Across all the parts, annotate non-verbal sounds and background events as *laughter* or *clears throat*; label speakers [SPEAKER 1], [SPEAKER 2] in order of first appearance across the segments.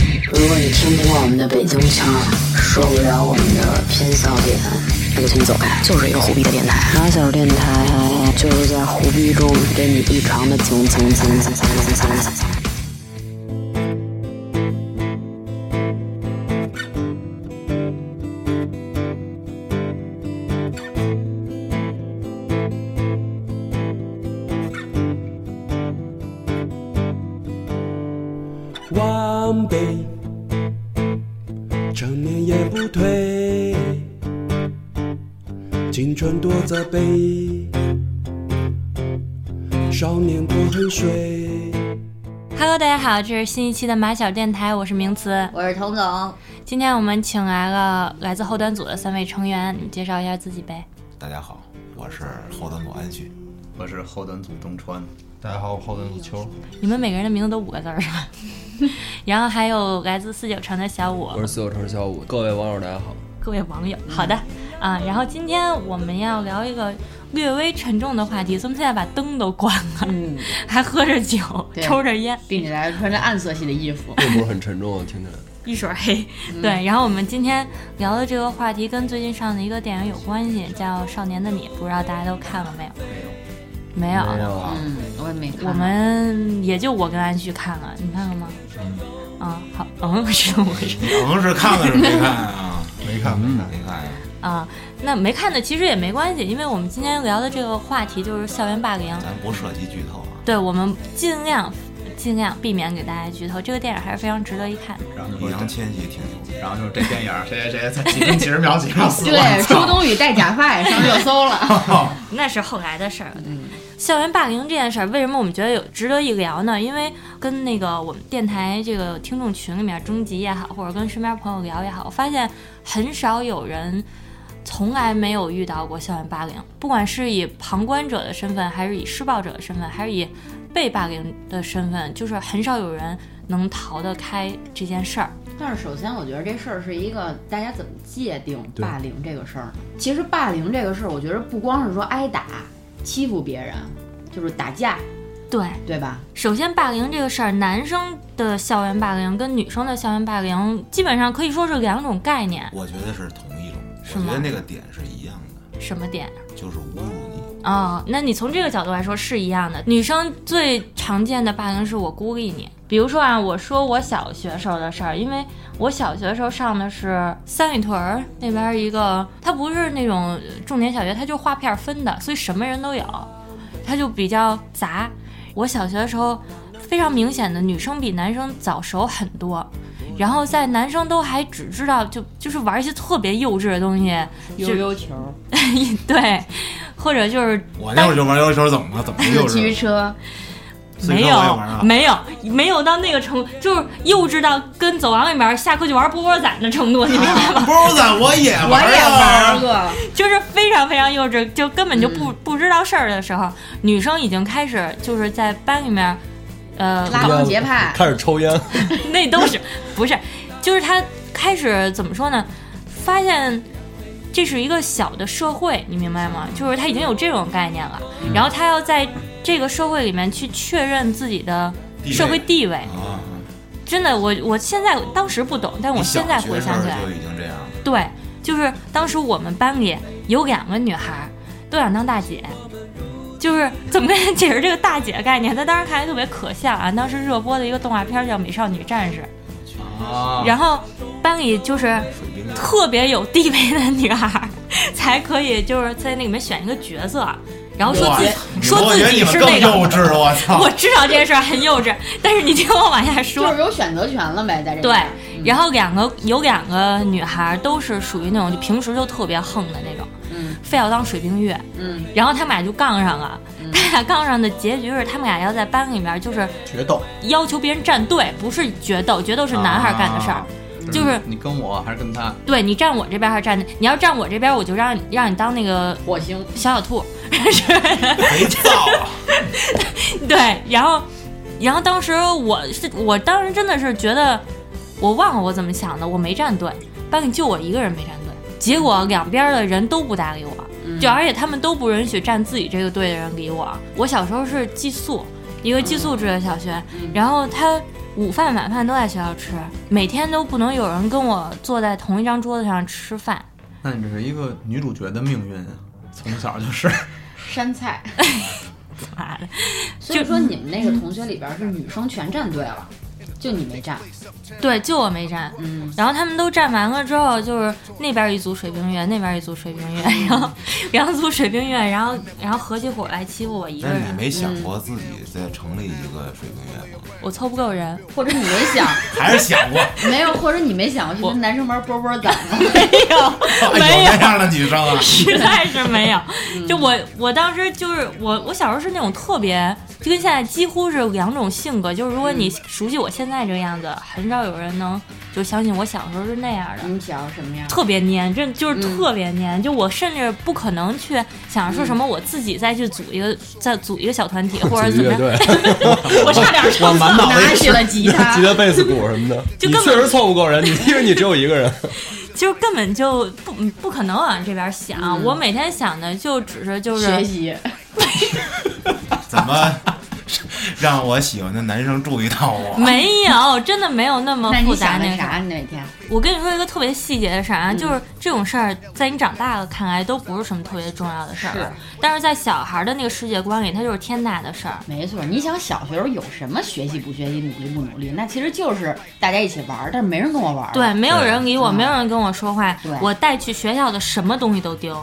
[SPEAKER 1] 你听不惯我们的北京腔儿，受不了我们的偏骚点，那就请你走开。就是一个虎逼的电台，马小电台就是在虎逼中给你异常的蹭蹭蹭蹭蹭蹭蹭蹭蹭。
[SPEAKER 2] one day，成年也不退，青春多责备，少年多恨水。
[SPEAKER 3] Hello，大家好，这是新一期的马小电台，我是名词。
[SPEAKER 4] 我是童总，
[SPEAKER 3] 今天我们请来了来自后端组的三位成员，你介绍一下自己呗。
[SPEAKER 5] 大家好，我是后端组安旭。
[SPEAKER 6] 我是后端组东川，
[SPEAKER 7] 大家好，我后端组秋，
[SPEAKER 3] 你们每个人的名字都五个字儿是吧？ *laughs* 然后还有来自四九城的小五，
[SPEAKER 7] 我是四九城小五，各位网友大家好。
[SPEAKER 3] 各位网友。好的啊，然后今天我们要聊一个略微沉重的话题，咱们现在把灯都关了， *laughs* 还喝着酒，
[SPEAKER 4] 对
[SPEAKER 3] 抽着烟，
[SPEAKER 4] 并且来穿着暗色系的衣服。
[SPEAKER 7] 并不是很沉重啊，听起来。
[SPEAKER 3] 一水儿黑。对，然后我们今天聊的这个话题跟最近上的一个电影有关系，叫《少年的你》，不知道大家都看了没有？没有，没有。
[SPEAKER 4] 嗯，我也没看。
[SPEAKER 3] 我们也就我跟安旭看了，你看了吗？嗯。啊，好，嗯，是怎么回事？
[SPEAKER 5] 能是看看是没看啊？
[SPEAKER 7] 没看，没
[SPEAKER 5] *laughs*
[SPEAKER 7] 看。
[SPEAKER 5] 没看呀。
[SPEAKER 3] 啊，那没看的其实也没关系，因为我们今天聊的这个话题就是校园霸凌，
[SPEAKER 5] 咱不涉及剧透啊，
[SPEAKER 3] 对我们尽量尽量避免给大家剧透。这个电影还是非常值得一看。
[SPEAKER 6] 然后就
[SPEAKER 5] 易烊
[SPEAKER 6] 说
[SPEAKER 5] 千玺挺牛逼
[SPEAKER 6] 这，。然后就是这电影儿谁谁谁在几分几十秒几秒死
[SPEAKER 4] 对
[SPEAKER 6] 我，
[SPEAKER 4] 周冬雨戴假发也上热搜了。
[SPEAKER 3] 那是后来的事儿了。校园霸凌这件事儿，为什么我们觉得有值得一聊呢？因为跟那个我们电台这个听众群里面征集也好，或者跟身边朋友聊也好，我发现很少有人从来没有遇到过校园霸凌，不管是以旁观者的身份，还是以施暴者的身份，还是以被霸凌的身份，就是很少有人能逃得开这件事儿。
[SPEAKER 4] *laughs* 但是首先，我觉得这事儿是一个大家怎么界定霸凌这个事儿呢？其实霸凌这个事儿，我觉得不光是说挨打、欺负别人，就是打架，
[SPEAKER 3] 对，
[SPEAKER 4] 对吧？
[SPEAKER 3] 首先，霸凌这个事儿，男生的校园霸凌跟女生的校园霸凌基本上可以说是两种概念。
[SPEAKER 5] 我觉得是同一种，
[SPEAKER 3] 是
[SPEAKER 5] 我
[SPEAKER 3] 吗
[SPEAKER 5] 觉得那个点是一样的，
[SPEAKER 3] 什么点
[SPEAKER 5] 就是侮辱你。
[SPEAKER 3] 啊、哦？那你从这个角度来说是一样的。女生最常见的霸凌是我孤立你，比如说啊，我说我小学时候的事儿，因为我小学时候上的是三里屯儿那边儿一个，它不是那种重点小学，它就划片儿分的，所以什么人都有，它就比较杂。我小学的时候非常明显的，女生比男生早熟很多。然后在男生都还只知道就就是玩一些特别幼稚的东西，悠
[SPEAKER 4] 悠球、
[SPEAKER 3] *laughs* 对，或者就是
[SPEAKER 5] 我那会儿就玩悠悠球，怎么了？怎么就
[SPEAKER 4] 四驱
[SPEAKER 5] 是？
[SPEAKER 4] 车，
[SPEAKER 5] 所以
[SPEAKER 3] 没
[SPEAKER 5] 说我也
[SPEAKER 3] 有
[SPEAKER 5] 玩啊，
[SPEAKER 3] 没有没有到那个程度，就是幼稚到跟走廊里面下课就玩波波仔的程度，你明
[SPEAKER 5] *laughs*
[SPEAKER 3] 白吗？
[SPEAKER 5] 不是的，我也
[SPEAKER 4] 我
[SPEAKER 5] 玩
[SPEAKER 4] 也玩
[SPEAKER 5] 啊。
[SPEAKER 4] 过。
[SPEAKER 3] 就是非常非常幼稚，就根本就
[SPEAKER 5] 嗯
[SPEAKER 3] 不、不知道事儿的时候，女生已经开始就是在班里面，呃，
[SPEAKER 4] 拉帮结派
[SPEAKER 7] *laughs* 开始抽烟，
[SPEAKER 3] 那都
[SPEAKER 5] *laughs*
[SPEAKER 3] 是不是，就是她开始怎么说呢？发现这是一个小的社会，你明白吗？
[SPEAKER 5] 嗯
[SPEAKER 3] 就是她已经有这种概念了，然后她要在这个社会里面去确认自己的
[SPEAKER 5] 地
[SPEAKER 3] 社
[SPEAKER 5] 位
[SPEAKER 3] 会地位。
[SPEAKER 5] 啊
[SPEAKER 3] 真的，我我现在当时不懂，但我
[SPEAKER 5] 你
[SPEAKER 3] 现在
[SPEAKER 5] 小学
[SPEAKER 3] 回想起
[SPEAKER 5] 时
[SPEAKER 3] 来
[SPEAKER 5] 候，就已经这样了。
[SPEAKER 3] 对，就是当时我们班里有两个女孩儿都想当大姐，就是怎么跟人解释这个大姐概念？她当时看来特别可笑啊！当时热播的一个动画片儿叫《美少女战士》，
[SPEAKER 6] 啊，
[SPEAKER 3] 然后班里就是
[SPEAKER 5] 水兵啊
[SPEAKER 3] 特别有地位的女孩儿才可以就是在那里面选一个角色，然后说自己说
[SPEAKER 5] 我觉
[SPEAKER 3] 自
[SPEAKER 5] 得你
[SPEAKER 3] 己
[SPEAKER 5] 们
[SPEAKER 3] 是
[SPEAKER 5] 更
[SPEAKER 3] 那
[SPEAKER 5] 幼
[SPEAKER 3] 个。
[SPEAKER 5] 稚，啊我操
[SPEAKER 3] *laughs* 我！知道这件事儿很幼稚，但是你听我往下说，
[SPEAKER 4] 就是有选择权了呗，在这
[SPEAKER 3] 对
[SPEAKER 4] 边，
[SPEAKER 3] 然后两个有两个女孩都是属于那种就平时就特别横的那种，
[SPEAKER 4] 嗯
[SPEAKER 3] 非要当水冰月，
[SPEAKER 4] 嗯，
[SPEAKER 3] 然后他们俩就杠上了。他俩杠上的结局是他们俩要在班里面就是
[SPEAKER 5] *laughs* 决斗，
[SPEAKER 3] 要求别人站队，不是决斗，决斗是男孩干的事儿。
[SPEAKER 6] 啊
[SPEAKER 3] 就是
[SPEAKER 6] 你跟我还是跟他，
[SPEAKER 3] 对你站我这边还是站那？你要站我这边，我就让让你当那个
[SPEAKER 4] 火星
[SPEAKER 3] 小小兔。
[SPEAKER 5] 没造啊！
[SPEAKER 3] *laughs*
[SPEAKER 5] *laughs*
[SPEAKER 3] 对，然后，然后当时我是我当时真的是觉得，我忘了我怎么想的，我没站队，班里就我一个人没站队，结果两边的人都不搭理我，就而且他们都不允许站自己这个队的人理我。我小时候是寄宿，一个寄宿制的小学，然后他午饭晚饭都在学校吃，每天都不能有人跟我坐在同一张桌子上吃饭。
[SPEAKER 6] 那你这是一个女主角的命运啊，从小就是。
[SPEAKER 4] 山菜。
[SPEAKER 3] 妈的，
[SPEAKER 4] 所以说你们那个同学里边是女生全站队了，就你没站。
[SPEAKER 3] 对，就我没站。
[SPEAKER 4] 嗯，
[SPEAKER 3] 然后他们都站完了之后，就是那边一组水冰月，那边一组水冰月，然后两组水冰月，然后然后合起伙来欺负我一个
[SPEAKER 5] 但
[SPEAKER 3] 人
[SPEAKER 5] 是你，没想过自己再成立一个水平乐吗？
[SPEAKER 3] 我凑不够人。
[SPEAKER 4] 或者你没想，
[SPEAKER 5] *laughs* 还是
[SPEAKER 3] *laughs*
[SPEAKER 5] 想过哎
[SPEAKER 4] 没有，或者你没想过去跟男生玩波波攒吗？
[SPEAKER 5] 有
[SPEAKER 3] 没有
[SPEAKER 5] 那样的女生啊？
[SPEAKER 3] 实在 *laughs* 是没有。
[SPEAKER 5] 嗯
[SPEAKER 3] 就我，我当时就是我，我小时候是那种特别，就跟现在几乎是两种性格。就是如果你
[SPEAKER 5] 嗯
[SPEAKER 3] 熟悉我现在这个样子，很少有人能就相信我小时候是那样的。
[SPEAKER 4] 你想要什 *laughs* 么样？
[SPEAKER 3] 特别粘，真就是特别粘，就我甚至不可能去想说什么，我自己再去组一个，再组一个小团体或者
[SPEAKER 7] 组
[SPEAKER 3] 怎么
[SPEAKER 7] 乐
[SPEAKER 3] 样，
[SPEAKER 7] 队， *laughs*
[SPEAKER 3] 我差点
[SPEAKER 6] 我满脑
[SPEAKER 4] *laughs* 拿起了吉他
[SPEAKER 7] 吉，他贝斯鼓什么的，
[SPEAKER 3] *laughs* 就
[SPEAKER 7] 你
[SPEAKER 3] 根本
[SPEAKER 7] 确实凑不够人，你因为你只有一个人。
[SPEAKER 3] *laughs* 就是根本就不不可能往这边想，我每天想的就只是就是
[SPEAKER 4] 学习，
[SPEAKER 5] 怎么 *laughs* 让我喜欢的男生注意到我？
[SPEAKER 3] 没有，真的没有那么
[SPEAKER 4] 那
[SPEAKER 3] 复
[SPEAKER 4] 你
[SPEAKER 3] 杂
[SPEAKER 4] 想
[SPEAKER 3] 那个
[SPEAKER 4] 那
[SPEAKER 3] 事儿
[SPEAKER 4] 啥？你那天
[SPEAKER 3] 我跟你说一个特别细节的事儿啊，就是这种事儿，在你长大了看来都不是什么特别重要的事儿了，但是在小孩儿的那个世界观里，它就是天大的事儿。
[SPEAKER 4] 没错，你想小学时候有什么学习不学习、努力不努力？那其实就是大家一起玩儿，但是没人跟我玩儿。啊
[SPEAKER 3] 对，，没有人理我，没有人跟我说话
[SPEAKER 4] 对，
[SPEAKER 3] 我带去学校的什么东西都丢，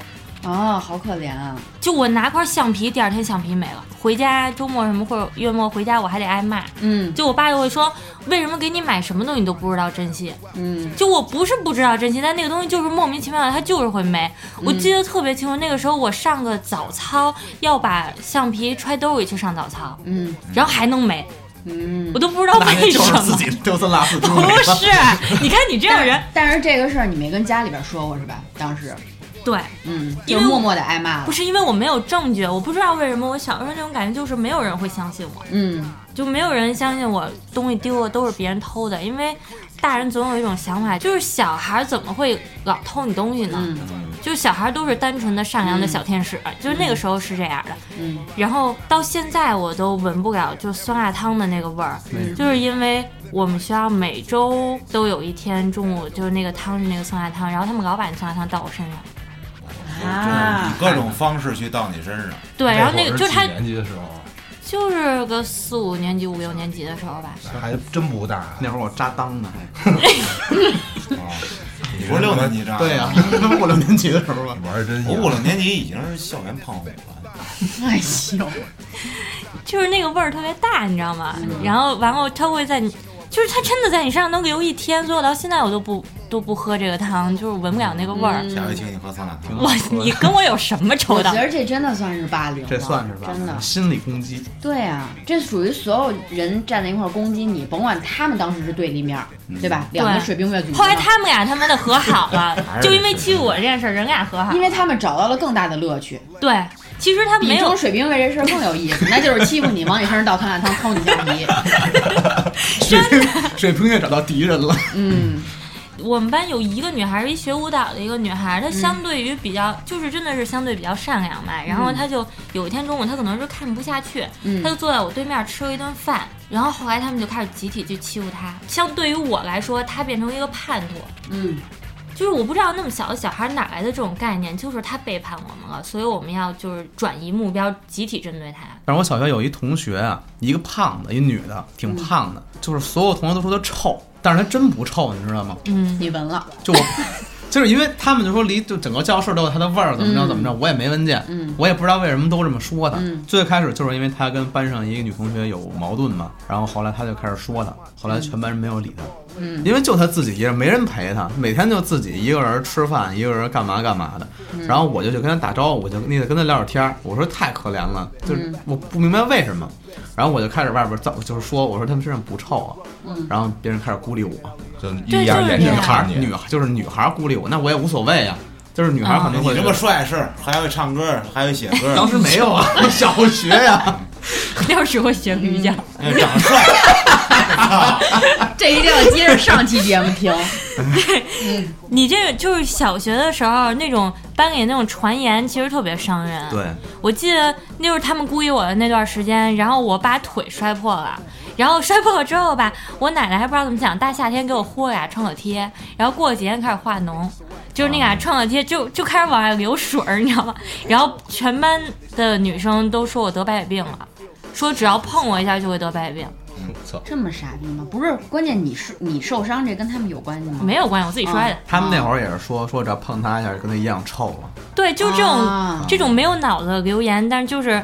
[SPEAKER 4] 哦，好可怜啊！
[SPEAKER 3] 就我拿块橡皮，第二天橡皮没了，回家周末什么或者月末回家我还得挨骂。
[SPEAKER 4] 嗯
[SPEAKER 3] 就我爸就会说，为什么给你买什么东西你都不知道珍惜？
[SPEAKER 4] 嗯，
[SPEAKER 3] 就我不是不知道珍惜，但那个东西就是莫名其妙的，它就是会没。我记得特别清楚，那个时候我上个早操要把橡皮揣兜里去上早操，
[SPEAKER 4] 嗯，
[SPEAKER 3] 然后还能没，
[SPEAKER 4] 嗯，
[SPEAKER 3] 我都不知道为什么。 *laughs*
[SPEAKER 6] 己丢三落四。
[SPEAKER 3] 不
[SPEAKER 5] *laughs*
[SPEAKER 3] 是，你看你这样人，
[SPEAKER 4] 但是这个事儿你没跟家里边说过是吧？当时，
[SPEAKER 3] 对，
[SPEAKER 4] 嗯，
[SPEAKER 3] 因
[SPEAKER 4] 就
[SPEAKER 3] 为
[SPEAKER 4] 默默的挨骂了
[SPEAKER 3] 不。是因为我没有证据，我不知道为什么我小时候那种感觉就是没有人会相信我，
[SPEAKER 4] 嗯，
[SPEAKER 3] 就没有人相信我东西丢了都是别人偷的，因为大人总有一种想法，就是小孩怎么会老偷你东西呢？
[SPEAKER 4] 嗯
[SPEAKER 3] 就是小孩都是单纯的善良的小天使，呃就是那个时候是这样的。
[SPEAKER 4] 嗯，
[SPEAKER 3] 然后到现在我都闻不了就酸辣汤的那个味儿，就是因为我们学校每周都有一天中午就是那个汤是那个酸辣汤，然后他们老把那酸辣汤倒我身上。啊
[SPEAKER 5] 以各种方式去到你身 *laughs* 上，
[SPEAKER 3] 对，然后那
[SPEAKER 7] 会
[SPEAKER 3] 个
[SPEAKER 7] 儿
[SPEAKER 3] 就是
[SPEAKER 7] 几
[SPEAKER 3] 他
[SPEAKER 7] 年级的时候
[SPEAKER 3] 就是个四五年级、五六年级的时候吧，
[SPEAKER 8] 还真不大。
[SPEAKER 6] 那会儿我扎裆呢，
[SPEAKER 5] 你说六年级这样？
[SPEAKER 6] *laughs* 对啊 *laughs* 呀，五六年级的时候啊 *laughs* 吧。
[SPEAKER 8] 玩儿真
[SPEAKER 5] 我五六年级已经是校园胖虎了，
[SPEAKER 4] 哎呦，
[SPEAKER 3] 就是那个味儿特别大，你知道吗？然后完后它会在你，就是它真的在你身上能留一天，所以我到现在我都不都不喝这个汤，就是闻不了那个味儿。
[SPEAKER 5] 下回请你喝酸辣汤。
[SPEAKER 3] 我你跟我有什么仇
[SPEAKER 4] 嗯我觉
[SPEAKER 3] 的？
[SPEAKER 4] 得这真的算是霸凌了，
[SPEAKER 6] 这算是吧？
[SPEAKER 4] 真的，
[SPEAKER 6] 心理攻
[SPEAKER 3] *laughs*
[SPEAKER 6] 击，
[SPEAKER 4] 对啊，这属于所有人站在一块儿攻击你，甭管他们当时是对立面儿，对吧？两个水兵乐组织嘛，
[SPEAKER 3] 后来他们俩他妈的和好了，就因为欺负我这件事儿，人俩和好
[SPEAKER 4] 因。为他们找到了更大的乐趣，
[SPEAKER 3] 对，其实他
[SPEAKER 4] 比
[SPEAKER 3] 没有
[SPEAKER 4] 中，水兵卫这事儿更有意思，那就是欺负你，往你身上倒酸辣汤，偷你橡皮。
[SPEAKER 6] 水平水平也找到敌
[SPEAKER 7] *laughs*
[SPEAKER 6] 人了。
[SPEAKER 4] 嗯，
[SPEAKER 3] 我们班有一个女孩，是一学舞蹈的一个女孩，
[SPEAKER 4] 嗯
[SPEAKER 3] 她相对于比较，就是真的是相对比较善良吧。然后她就有一天中午，她可能是看不下去，
[SPEAKER 4] 嗯
[SPEAKER 3] 她就坐在我对面吃了一顿饭。然后后来他们就开始集体去欺负她。相对于我来说，她变成一个叛徒。
[SPEAKER 4] 嗯，
[SPEAKER 3] 就是我不知道那么小的小孩哪来的这种概念，就是她背叛我们了，所以我们要就是转移目标，集体针对她。 *laughs*
[SPEAKER 6] 但是我小学有一同学啊，一个胖子，一女的，挺胖的，就是所有同学都说她臭，但是她真不臭，你知道吗？
[SPEAKER 3] 嗯，
[SPEAKER 4] 你闻了，
[SPEAKER 6] 就我，就是因为他们就说离就整个教室都有他的味儿，怎么着
[SPEAKER 4] 嗯
[SPEAKER 6] 怎么着，我也没闻见，
[SPEAKER 4] 嗯
[SPEAKER 6] 我也不知道为什么都这么说他。
[SPEAKER 4] 嗯
[SPEAKER 6] 最开始就是因为他跟班上一个女同学有矛盾嘛，然后后来他就开始说他，后来全班人没有理他，
[SPEAKER 4] 嗯，
[SPEAKER 6] 因为就他自己一人，没人陪他，每天就自己一个人吃饭，一个人干嘛干嘛的。
[SPEAKER 4] 嗯
[SPEAKER 6] 然后我就去跟他打招呼，我就那个跟他聊会儿天儿，我说太可怜了，
[SPEAKER 4] 嗯
[SPEAKER 6] 就是我不明白为什么。然后我就开始外边造，就是说我说他们身上不臭啊，
[SPEAKER 4] 嗯
[SPEAKER 6] 然后别人开始孤立我，
[SPEAKER 8] 就
[SPEAKER 3] 对
[SPEAKER 8] 一样
[SPEAKER 3] 就是
[SPEAKER 8] 眼
[SPEAKER 3] 这
[SPEAKER 6] 女
[SPEAKER 8] 睛
[SPEAKER 3] 样
[SPEAKER 6] 孩儿
[SPEAKER 8] 看你，
[SPEAKER 6] 女孩就是女孩儿孤立我，那我也无所谓啊。就是女孩儿可能
[SPEAKER 5] 你
[SPEAKER 6] 会
[SPEAKER 5] 这
[SPEAKER 6] 觉得
[SPEAKER 5] 么帅是，还会唱歌，还会写歌，
[SPEAKER 6] 当时没有啊，小学呀、
[SPEAKER 3] 要是我学瑜
[SPEAKER 4] 嗯
[SPEAKER 3] 伽，
[SPEAKER 5] 因哎为长得帅，
[SPEAKER 4] 这一定要接着上期节目听。
[SPEAKER 3] 你这个就是小学的时候那种班里那种传言，其实特别伤人。
[SPEAKER 6] 对，
[SPEAKER 3] 我记得那就是他们孤立我的那段时间，然后我把腿摔破了，然后摔破了之后吧，我奶奶还不知道怎么想，大夏天给我豁俩创可贴，然后过节开始化脓，就是那俩创可贴就就开始往外流水儿，你知道吗？然后全班的女生都说我得白血病了，说只要碰我一下就会得白血病，
[SPEAKER 7] 操，
[SPEAKER 4] 这么傻逼吗？不是，关键你是你受伤这跟他们有关系吗？
[SPEAKER 3] 没有关系，我自己摔的。
[SPEAKER 6] 他们那会儿也是说说这碰他一下跟他一样臭了，
[SPEAKER 3] 对，就这种、
[SPEAKER 4] 啊
[SPEAKER 3] 这种没有脑子的留言，但是就是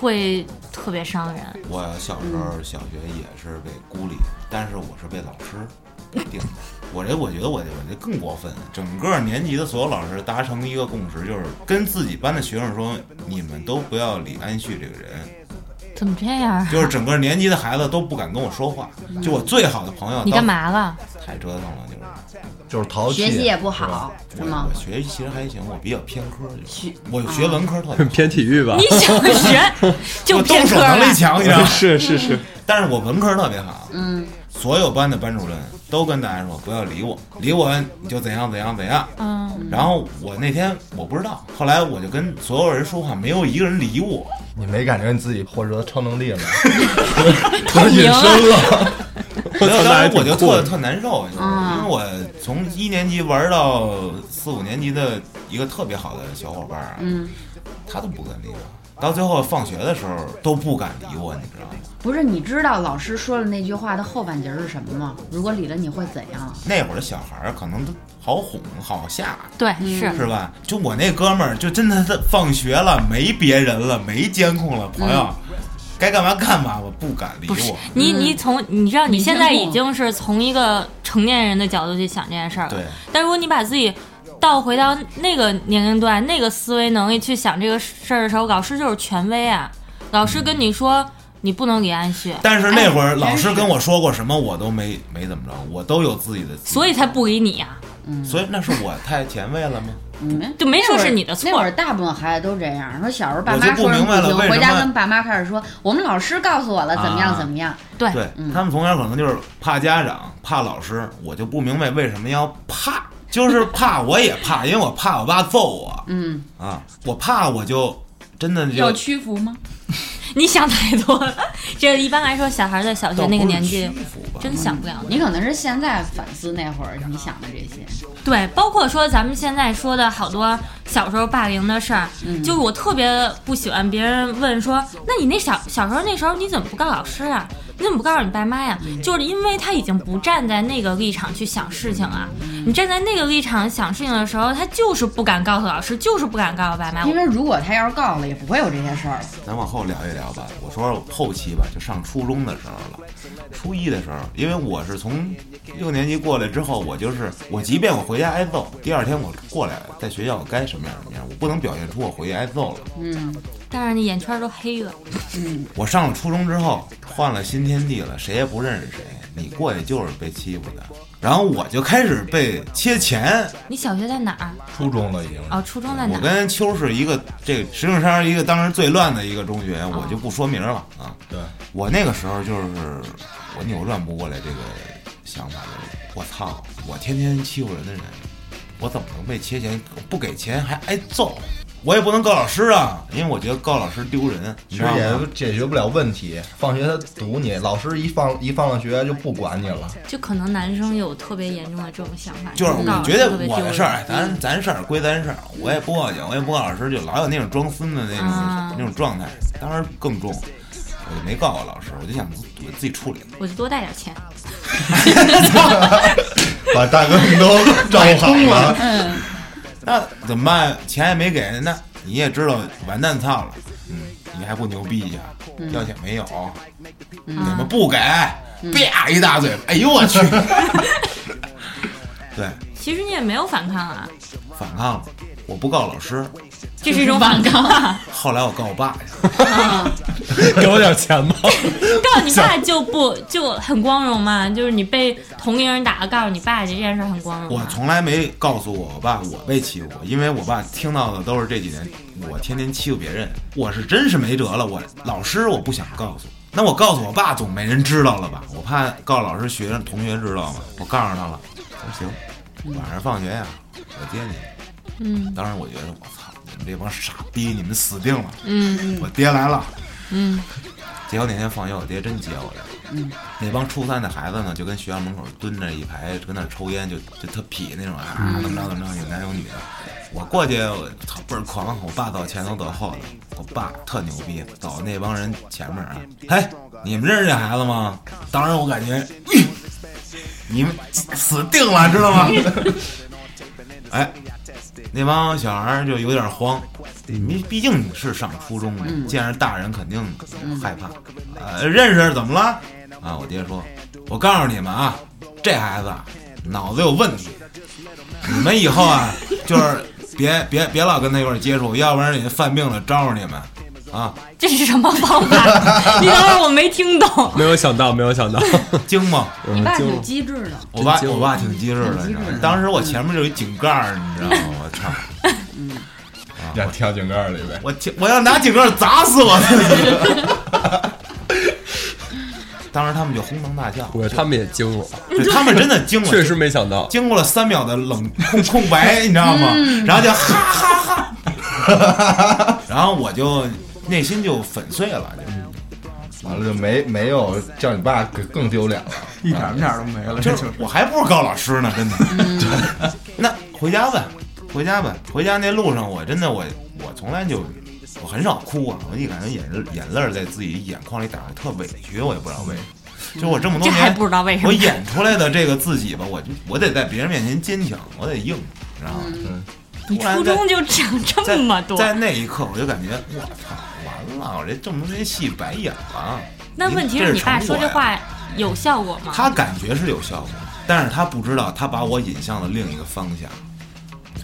[SPEAKER 3] 会特别伤人。
[SPEAKER 5] 我小时候小学也是被孤立，但是我是被老师定的。我这我觉得我这我这更过分，整个年级的所有老师达成一个共识，就是跟自己班的学生说，你们都不要理安旭这个人，
[SPEAKER 3] 怎么这样？
[SPEAKER 5] 就是整个年级的孩子都不敢跟我说话。就我最好的朋友，
[SPEAKER 3] 你干？嘛了？
[SPEAKER 5] 太折腾了，就是
[SPEAKER 7] 就是淘气，
[SPEAKER 4] 学习也不好，是
[SPEAKER 5] 我
[SPEAKER 4] 吗
[SPEAKER 5] 我？学习其实还行，我比较偏科，就是我学文科特别好，
[SPEAKER 7] 偏体育吧
[SPEAKER 3] 你？小学就
[SPEAKER 5] 我 *laughs* 动
[SPEAKER 3] 偏科
[SPEAKER 5] 手能力
[SPEAKER 3] 了，
[SPEAKER 5] 强，
[SPEAKER 3] *laughs*
[SPEAKER 5] 你知道吗？
[SPEAKER 7] 是是是，
[SPEAKER 5] 但是我文科特别好，
[SPEAKER 4] 啊嗯，
[SPEAKER 5] 所有班的班主任都跟大家说不要理我，理我你就怎样怎样怎样。
[SPEAKER 3] 嗯，
[SPEAKER 5] 然后我那天我不知道，后来我就跟所有人说话，没有一个人理我。
[SPEAKER 7] *laughs* 你没感觉你自己获得超
[SPEAKER 3] *laughs*
[SPEAKER 7] 能 *laughs* 力了？
[SPEAKER 3] 透明了，
[SPEAKER 7] 了，
[SPEAKER 3] *laughs*
[SPEAKER 5] 然
[SPEAKER 7] *laughs* 我
[SPEAKER 5] 后
[SPEAKER 7] 操，
[SPEAKER 5] 当
[SPEAKER 7] 那还
[SPEAKER 5] 时我
[SPEAKER 7] 挺
[SPEAKER 5] 就
[SPEAKER 7] 酷
[SPEAKER 5] 特
[SPEAKER 7] 的。
[SPEAKER 5] 特难受，就是
[SPEAKER 3] 嗯
[SPEAKER 5] 因为我从一年级玩到四五年级的一个特别好的小伙伴，嗯，他都不敢理我，到最后放学的时候都不敢理我，你知道吗？
[SPEAKER 4] 不是，你知道老师说了那句话的后半截是什么吗？如果理了你会怎样？
[SPEAKER 5] 那会儿的小孩儿可能都好哄好吓，
[SPEAKER 3] 对，
[SPEAKER 4] 嗯
[SPEAKER 3] 是
[SPEAKER 5] 是吧？就我那哥们儿，就真的是放学了，没别人了，没监控了，朋友，该干嘛干嘛，我不敢理
[SPEAKER 3] 嗯不是
[SPEAKER 5] 我。
[SPEAKER 3] 你？你
[SPEAKER 4] 嗯
[SPEAKER 3] 从你知道你
[SPEAKER 4] 你
[SPEAKER 3] 现
[SPEAKER 4] 先
[SPEAKER 3] 在
[SPEAKER 4] 跟
[SPEAKER 3] 已
[SPEAKER 4] 我
[SPEAKER 3] 经是从一个成年人的角度去想这件事儿了。
[SPEAKER 5] 对，
[SPEAKER 3] 但如果你把自己倒回到那个年龄段、那个思维能力去想这个事儿的时候，老师就是权威啊。老
[SPEAKER 5] 嗯
[SPEAKER 3] 师跟你说你不能理安旭，
[SPEAKER 5] 但是那会儿
[SPEAKER 4] 哎
[SPEAKER 5] 老师
[SPEAKER 4] 真是
[SPEAKER 5] 跟我说过什么，我都没没怎么着，我都有自己的，
[SPEAKER 3] 所以才不理你啊。
[SPEAKER 5] 所以那是我太前卫了吗？
[SPEAKER 4] 你们
[SPEAKER 3] 就没说是你的错
[SPEAKER 4] 那会儿大部分孩子都这样，说小时候爸
[SPEAKER 5] 我就
[SPEAKER 4] 妈
[SPEAKER 5] 不
[SPEAKER 4] 说什么
[SPEAKER 5] 明白了
[SPEAKER 4] 不
[SPEAKER 5] 为
[SPEAKER 4] 行，回
[SPEAKER 5] 什
[SPEAKER 4] 家
[SPEAKER 5] 么
[SPEAKER 4] 跟爸妈开始说，我们老师告诉我了，怎么样
[SPEAKER 6] 啊
[SPEAKER 4] 怎么样。
[SPEAKER 3] 对，
[SPEAKER 5] 对他们从小可能就是怕家长、怕老师，我就不明白为什么要怕，就是怕我也怕，因为我怕我爸揍我
[SPEAKER 4] 嗯，
[SPEAKER 5] 啊，我怕我就真的就
[SPEAKER 4] 要屈服吗？
[SPEAKER 3] 你想太多了。这一般来说，小孩在小学
[SPEAKER 5] 倒
[SPEAKER 3] 那个
[SPEAKER 5] 不是
[SPEAKER 3] 年纪
[SPEAKER 5] 屈服吧
[SPEAKER 3] 真想不了。
[SPEAKER 4] 你可能是现在反思那会儿你想的这些，
[SPEAKER 3] 对，包括说咱们现在说的好多小时候霸凌的事儿，
[SPEAKER 5] 嗯
[SPEAKER 3] 就是我特别不喜欢别人问说，那你那小小时候那时候你怎么不告老师啊？你怎么不告诉你爸妈呀？
[SPEAKER 5] 嗯
[SPEAKER 3] 就是因为他已经不站在那个立场去想事情了。
[SPEAKER 5] 嗯
[SPEAKER 3] 你站在那个立场想事情的时候，他就是不敢告诉老师，就是不敢告诉爸妈。
[SPEAKER 4] 因为如果他要是告了，也不会有这些事儿了。
[SPEAKER 5] 咱往后聊一聊吧。我说我后期吧，就上初中的时候了。初一的时候，因为我是从六年级过来之后，我就是我，即便我回家挨揍，第二天我过来在学校我该什么样什么样，我不能表现出我回去挨揍了。
[SPEAKER 3] 但是你眼圈都黑了，
[SPEAKER 5] 我上了初中之后，换了新天地了，谁也不认识谁，你过去就是被欺负的。然后我就开始被切钱，
[SPEAKER 3] 你小学在哪儿？
[SPEAKER 7] 初中了已经，
[SPEAKER 3] 哦，初中在哪儿？
[SPEAKER 5] 我跟秋是一个这个石景山一个当时最乱的一个中学，我就不说名了啊。
[SPEAKER 7] 对，
[SPEAKER 5] 我那个时候就是我扭转不过来这个想法，就是我操，我天天欺负人的人，我怎么能被切钱？不给钱还挨揍，我也不能告老师啊，因为我觉得告老师丢人，你
[SPEAKER 7] 其
[SPEAKER 5] 知
[SPEAKER 7] 实
[SPEAKER 5] 道
[SPEAKER 7] 也
[SPEAKER 5] 吗？
[SPEAKER 7] 解决不了问题。放学他堵你，老师一放一放了学就不管你了。
[SPEAKER 3] 就可能男生有特别严重的这种想法，
[SPEAKER 5] 就是
[SPEAKER 3] 告
[SPEAKER 5] 我
[SPEAKER 3] 老师
[SPEAKER 5] 觉得
[SPEAKER 3] 特别
[SPEAKER 5] 我
[SPEAKER 3] 丢
[SPEAKER 5] 的
[SPEAKER 3] 人嗯
[SPEAKER 5] 事儿，哎咱咱事儿归咱事儿，我也不报警，我也不告老师，就老有那种装孙子那种、
[SPEAKER 3] 啊
[SPEAKER 5] 那种状态，当时更重，我就没告过老师，我就想自我自己处理。
[SPEAKER 3] 我就多带点钱。
[SPEAKER 5] *laughs*
[SPEAKER 7] 把大哥们都照顾好了，
[SPEAKER 5] 那怎么办？钱也没给，那你也知道完蛋操了，嗯，你还不牛逼一下？要钱没有，你们不给，啪一大嘴巴，哎呦我去！对，
[SPEAKER 3] 其实你也没有反抗啊，
[SPEAKER 5] 反抗了，我不告老师，
[SPEAKER 3] 这是一种反抗啊。 *laughs*
[SPEAKER 5] 后来我告我爸去了，
[SPEAKER 7] 给我点钱吧。
[SPEAKER 3] 告诉啊你
[SPEAKER 5] 啊
[SPEAKER 3] 爸就不就很光荣嘛？就是你被同龄人打了，告诉你爸这件事很光荣
[SPEAKER 5] 我
[SPEAKER 3] 嘛。
[SPEAKER 5] 从来没告诉我爸我被欺负，因为我爸听到的都是这几年我天天欺负别人，我是真是没辙了。我老师我不想告诉，那我告诉我爸总没人知道了吧？我怕告老师学生同学知道嘛，我告诉他了，我说行，晚上放学呀、我接你。嗯，当时我觉得我操，你们这帮傻逼，你们死定了。嗯，我爹来了。嗯，结果那天放学，我爹真接我来了。那帮初三的孩子呢，就跟学校门口蹲着一排，跟那儿抽烟，就就特痞那种啊，怎么着怎么着，有男有女的。我过去，我操倍儿狂，我爸走前头走后头，我爸特牛逼，走那帮人前面啊，嘿，你们认识这孩子吗？当时我感觉，哎你们死定了，知道吗？ *laughs* 哎，那帮小孩儿就有点慌，你毕竟是上初中的，见着大人肯定害怕。呃，认识怎么了？啊，我爹说，我告诉你们啊，这孩子啊脑子有问题，你们以后啊，就是 *laughs* 别别别老跟他一块儿接触，要不然你犯病了招着你们啊。
[SPEAKER 3] 这是什么方法？你等会儿我没听懂。
[SPEAKER 8] 没有想到，没有想到，
[SPEAKER 5] 惊吗？
[SPEAKER 4] 你
[SPEAKER 8] 嗯
[SPEAKER 4] 爸挺
[SPEAKER 8] 就
[SPEAKER 4] 机智的，
[SPEAKER 5] 我爸
[SPEAKER 8] 惊了
[SPEAKER 5] 我爸挺机智嗯的，你知道吗？当时我前面就有一井盖儿，你知道吗？我操！
[SPEAKER 7] 想跳井盖里呗。
[SPEAKER 5] 我天！我要拿井盖砸死我自己。当时他们就哄堂大笑，
[SPEAKER 8] 我他们也惊了，
[SPEAKER 5] 对他们真的惊了，
[SPEAKER 8] 确实没想到。
[SPEAKER 5] 经过了三秒的冷空空白，你知道吗？然后就哈哈哈， *laughs* 然后我就内心就粉碎了，
[SPEAKER 7] 完了就没没有叫你爸更更丢脸了。
[SPEAKER 6] 一点儿面儿都没了，
[SPEAKER 5] 就
[SPEAKER 6] 这
[SPEAKER 5] 是
[SPEAKER 6] 就
[SPEAKER 5] 我还不如高老师呢，真的。
[SPEAKER 3] 嗯
[SPEAKER 5] *laughs* 那回家吧，回家吧，回家那路上我真的我我从来就我很少哭啊，我就感觉眼泪眼泪在自己眼眶里打，特委屈，我也不知道为什么。就我这么多
[SPEAKER 3] 嗯这还
[SPEAKER 5] 年
[SPEAKER 3] 不知道为什
[SPEAKER 5] 我
[SPEAKER 3] 么。
[SPEAKER 5] 演出来的这个自己吧，我就我得在别人面前坚强，我得硬，你知道吗？
[SPEAKER 3] 嗯你
[SPEAKER 5] 突然
[SPEAKER 3] 初
[SPEAKER 5] 在
[SPEAKER 3] 中就长这
[SPEAKER 5] 在
[SPEAKER 3] 么多，
[SPEAKER 5] 在那一刻，我就感觉我操，完了，我这这么多年戏白演了。
[SPEAKER 3] 那问题
[SPEAKER 5] 这
[SPEAKER 3] 是
[SPEAKER 5] 是
[SPEAKER 3] 你爸
[SPEAKER 5] 成
[SPEAKER 3] 说
[SPEAKER 5] 果
[SPEAKER 3] 这
[SPEAKER 5] 呀
[SPEAKER 3] 话有效果吗？
[SPEAKER 5] 他感觉是有效果，但是他不知道他把我引向了另一个方向，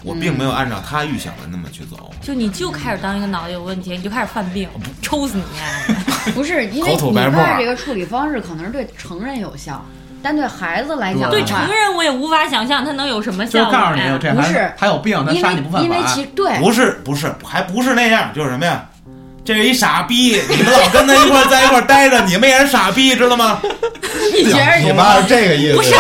[SPEAKER 5] 我并没有按照他预想的那么去走。
[SPEAKER 3] 就你就开始当一个脑子有问题，你就开始犯
[SPEAKER 5] 哦
[SPEAKER 3] 病，抽死你！啊
[SPEAKER 4] 不是因为
[SPEAKER 5] 口吐
[SPEAKER 4] 你
[SPEAKER 5] 白沫
[SPEAKER 4] 爸
[SPEAKER 5] 儿
[SPEAKER 4] 这个处理方式可能是对成人有效，但对孩子来讲
[SPEAKER 3] 对
[SPEAKER 4] 的话
[SPEAKER 3] 成，人我也无法想象他能有什么效
[SPEAKER 6] 就是
[SPEAKER 3] 果
[SPEAKER 6] 告诉你，
[SPEAKER 3] 呀。
[SPEAKER 6] 这
[SPEAKER 4] 不
[SPEAKER 6] 孩
[SPEAKER 4] 是
[SPEAKER 6] 子他有病，他
[SPEAKER 4] 因
[SPEAKER 6] 杀你
[SPEAKER 4] 为
[SPEAKER 6] 不犯
[SPEAKER 4] 因为
[SPEAKER 6] 法
[SPEAKER 4] 其。
[SPEAKER 3] 嗯
[SPEAKER 4] 对
[SPEAKER 5] 不是不是，还不是那样，就是什么呀？这是一傻逼，你们老跟他一块儿在一块儿待着，你们也是傻逼，知道吗？
[SPEAKER 4] 你觉得
[SPEAKER 7] 你
[SPEAKER 4] 你
[SPEAKER 7] 爸是这个意思？
[SPEAKER 3] 不是